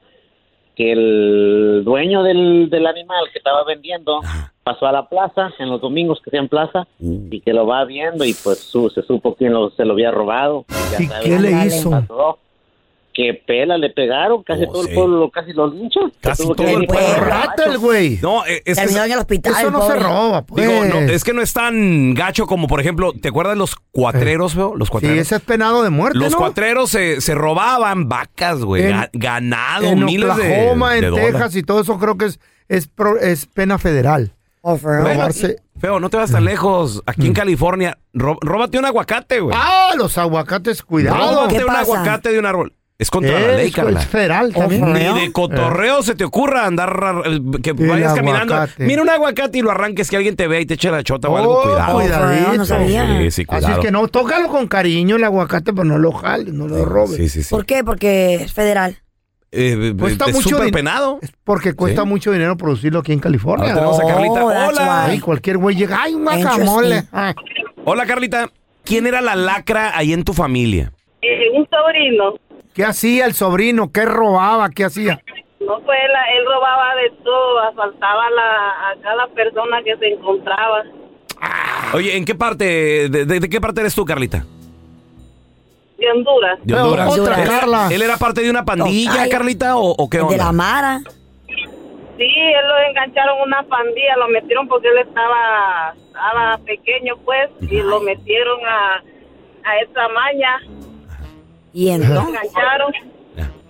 Speaker 31: que el dueño del, del animal que estaba vendiendo pasó a la plaza, en los domingos que sea en plaza, y que lo va viendo y pues su- se supo quién lo, se lo había robado. Ya
Speaker 3: ¿Y
Speaker 31: sabes,
Speaker 3: qué le
Speaker 31: ándale,
Speaker 3: hizo?
Speaker 31: pasó. Que pela le pegaron, casi todo el pueblo lo- casi lo lincha.
Speaker 6: Casi
Speaker 31: Tuvo que
Speaker 6: todo el
Speaker 31: venir para
Speaker 6: pueblo.
Speaker 31: el
Speaker 6: Rata
Speaker 31: gabacho.
Speaker 6: el güey. No,
Speaker 3: e,
Speaker 6: eh, es que
Speaker 7: Terminó en el hospital. pobre.
Speaker 3: pues.
Speaker 6: Digo, no, es que no es tan gacho como, por ejemplo, ¿te acuerdas los cuatreros, veo? Los
Speaker 3: Eh. Sí,
Speaker 6: cuatreros.
Speaker 3: ese es penado de muerte,
Speaker 6: Los
Speaker 3: ¿no?
Speaker 6: cuatreros se, se robaban vacas, güey.
Speaker 3: En-
Speaker 6: ga- ganado,
Speaker 3: en
Speaker 6: miles de-
Speaker 3: Oklahoma,
Speaker 6: de
Speaker 3: en
Speaker 6: dólares.
Speaker 3: Texas y todo eso creo que es, es, pro- es pena federal.
Speaker 6: Bueno,
Speaker 3: Robarse-
Speaker 6: Feo, no te vas tan
Speaker 3: Mm.
Speaker 6: lejos. Aquí en California, ró- róbate un aguacate, güey.
Speaker 3: Ah, los aguacates, cuidado.
Speaker 6: Róbate un aguacate de un árbol. Es contra la
Speaker 3: Es-
Speaker 6: ley, Carla.
Speaker 3: es
Speaker 7: Oh,
Speaker 3: federal también.
Speaker 6: Ni de cotorreo se te ocurra andar ra- eh, que
Speaker 3: Eh. El
Speaker 6: vayas caminando.
Speaker 3: aguacate.
Speaker 6: Mira un aguacate y lo arranques que alguien te vea y te eche la chota o algo.
Speaker 3: Oh,
Speaker 6: Cuidado.
Speaker 3: cuidadito. No sabía.
Speaker 6: Sí, sí, cuidado.
Speaker 3: Así es que no, tócalo con cariño el aguacate, pero no lo jales, no lo robes.
Speaker 6: Sí, sí, sí.
Speaker 7: ¿Por qué? Porque es federal.
Speaker 6: Eh, eh, es súper
Speaker 3: Pues din-
Speaker 6: penado.
Speaker 3: es Porque cuesta
Speaker 6: Sí.
Speaker 3: mucho dinero producirlo aquí en California.
Speaker 6: Ahora tenemos a Carlita. Oh, that's Hola. why.
Speaker 3: Ay, cualquier güey llega. ¡Ay, un guacamole! Ay.
Speaker 6: Hola, Carlita. ¿Quién era la lacra ahí en tu familia?
Speaker 1: Eh, un sobrino,
Speaker 3: ¿Qué hacía el sobrino? ¿Qué robaba? ¿Qué hacía?
Speaker 1: no fue él, él robaba de todo, asaltaba a la, a cada persona que se encontraba.
Speaker 6: Oye, ¿en qué parte? ¿De, de- de qué parte eres tú, Carlita?
Speaker 1: De Honduras.
Speaker 6: De Honduras.
Speaker 1: Honduras.
Speaker 6: ¿Él, ¿Él era parte de una pandilla,
Speaker 1: Tocayo.
Speaker 6: Carlita, o, o qué
Speaker 1: De
Speaker 6: onda?
Speaker 1: la
Speaker 7: Mara.
Speaker 1: Sí, él lo engancharon una pandilla, lo metieron porque él estaba, estaba pequeño, pues, y lo metieron a, a esa maña.
Speaker 7: Y
Speaker 1: Lo
Speaker 7: entonces.
Speaker 1: engancharon.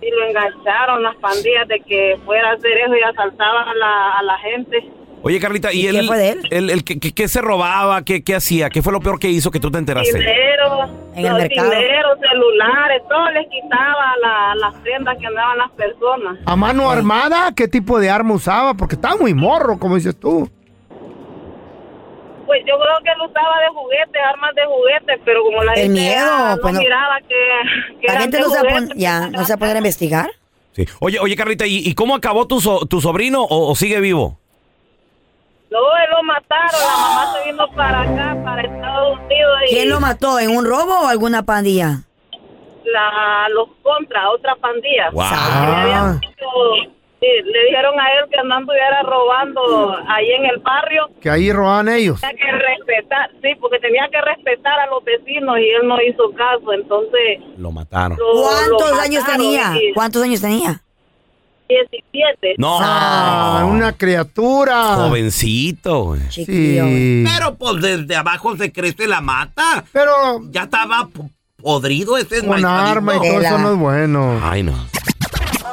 Speaker 1: Y lo engancharon las pandillas de que fuera a hacer eso y asaltaban a la, a la gente.
Speaker 6: Oye, Carlita, ¿y, él,
Speaker 1: qué fue de él?
Speaker 6: él- él qué, qué- qué se robaba? ¿Qué, qué hacía? ¿Qué fue lo peor que hizo que tú te
Speaker 3: Ah,
Speaker 6: enteraste?
Speaker 1: Dinero,
Speaker 7: En el
Speaker 1: los
Speaker 7: mercado.
Speaker 1: dineros, celulares, todo les quitaba la, las prendas que andaban las personas. Pues,
Speaker 3: ¿A
Speaker 31: Ah.
Speaker 3: mano armada? ¿Qué tipo de arma usaba? Porque estaba muy morro, como dices tú.
Speaker 1: Pues yo creo que él usaba de juguetes, armas de juguetes, pero como la
Speaker 7: El
Speaker 1: gente
Speaker 7: miedo,
Speaker 1: ah, no
Speaker 7: pues no.
Speaker 1: miraba que, que
Speaker 7: La
Speaker 1: eran
Speaker 7: gente
Speaker 1: de
Speaker 7: no se va a
Speaker 1: juguetes,
Speaker 7: pon- ya, no se va a poner a investigar.
Speaker 31: Sí. Oye, oye, Carlita, ¿y, y cómo acabó tu, so- tu sobrino o, o sigue vivo?
Speaker 1: No, él lo mataron, la mamá se vino para acá, para Estados Unidos. Y
Speaker 7: ¿Quién lo mató? ¿En un robo o alguna pandilla?
Speaker 1: La, los contra, otra pandilla.
Speaker 7: Ah.
Speaker 1: Pero, sí, le dijeron a él que andando ya era robando ahí en el barrio.
Speaker 3: Que ahí roban ellos.
Speaker 1: Tenía que respetar, sí, porque tenía que respetar a los vecinos y él no hizo caso, entonces...
Speaker 31: Lo mataron.
Speaker 1: lo-
Speaker 7: ¿Cuántos
Speaker 1: lo
Speaker 7: años
Speaker 1: mataron
Speaker 7: tenía?
Speaker 1: y-
Speaker 7: ¿Cuántos años tenía?
Speaker 1: 17.
Speaker 3: Ah, una criatura.
Speaker 31: Jovencito, güey.
Speaker 3: Sí.
Speaker 24: Pero pues desde abajo se crece la mata.
Speaker 3: Pero.
Speaker 24: Ya estaba po- podrido ese
Speaker 3: Con arma y todo eso no es bueno.
Speaker 31: pues, Ay, no.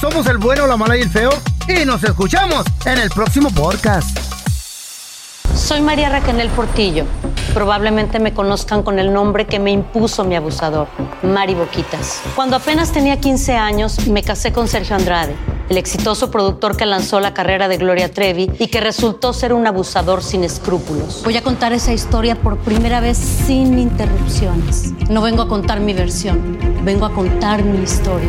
Speaker 3: Somos el bueno, la mala y el feo. Y nos escuchamos en el próximo podcast.
Speaker 29: Soy María Raquel Portillo. Probablemente me conozcan con el nombre que me impuso mi abusador, Mari Boquitas. Cuando apenas tenía 15 años, me casé con Sergio Andrade, el exitoso productor que lanzó la carrera de Gloria Trevi y que resultó ser un abusador sin escrúpulos. Voy a contar esa historia por primera vez sin interrupciones. No vengo a contar mi versión, vengo a contar mi historia.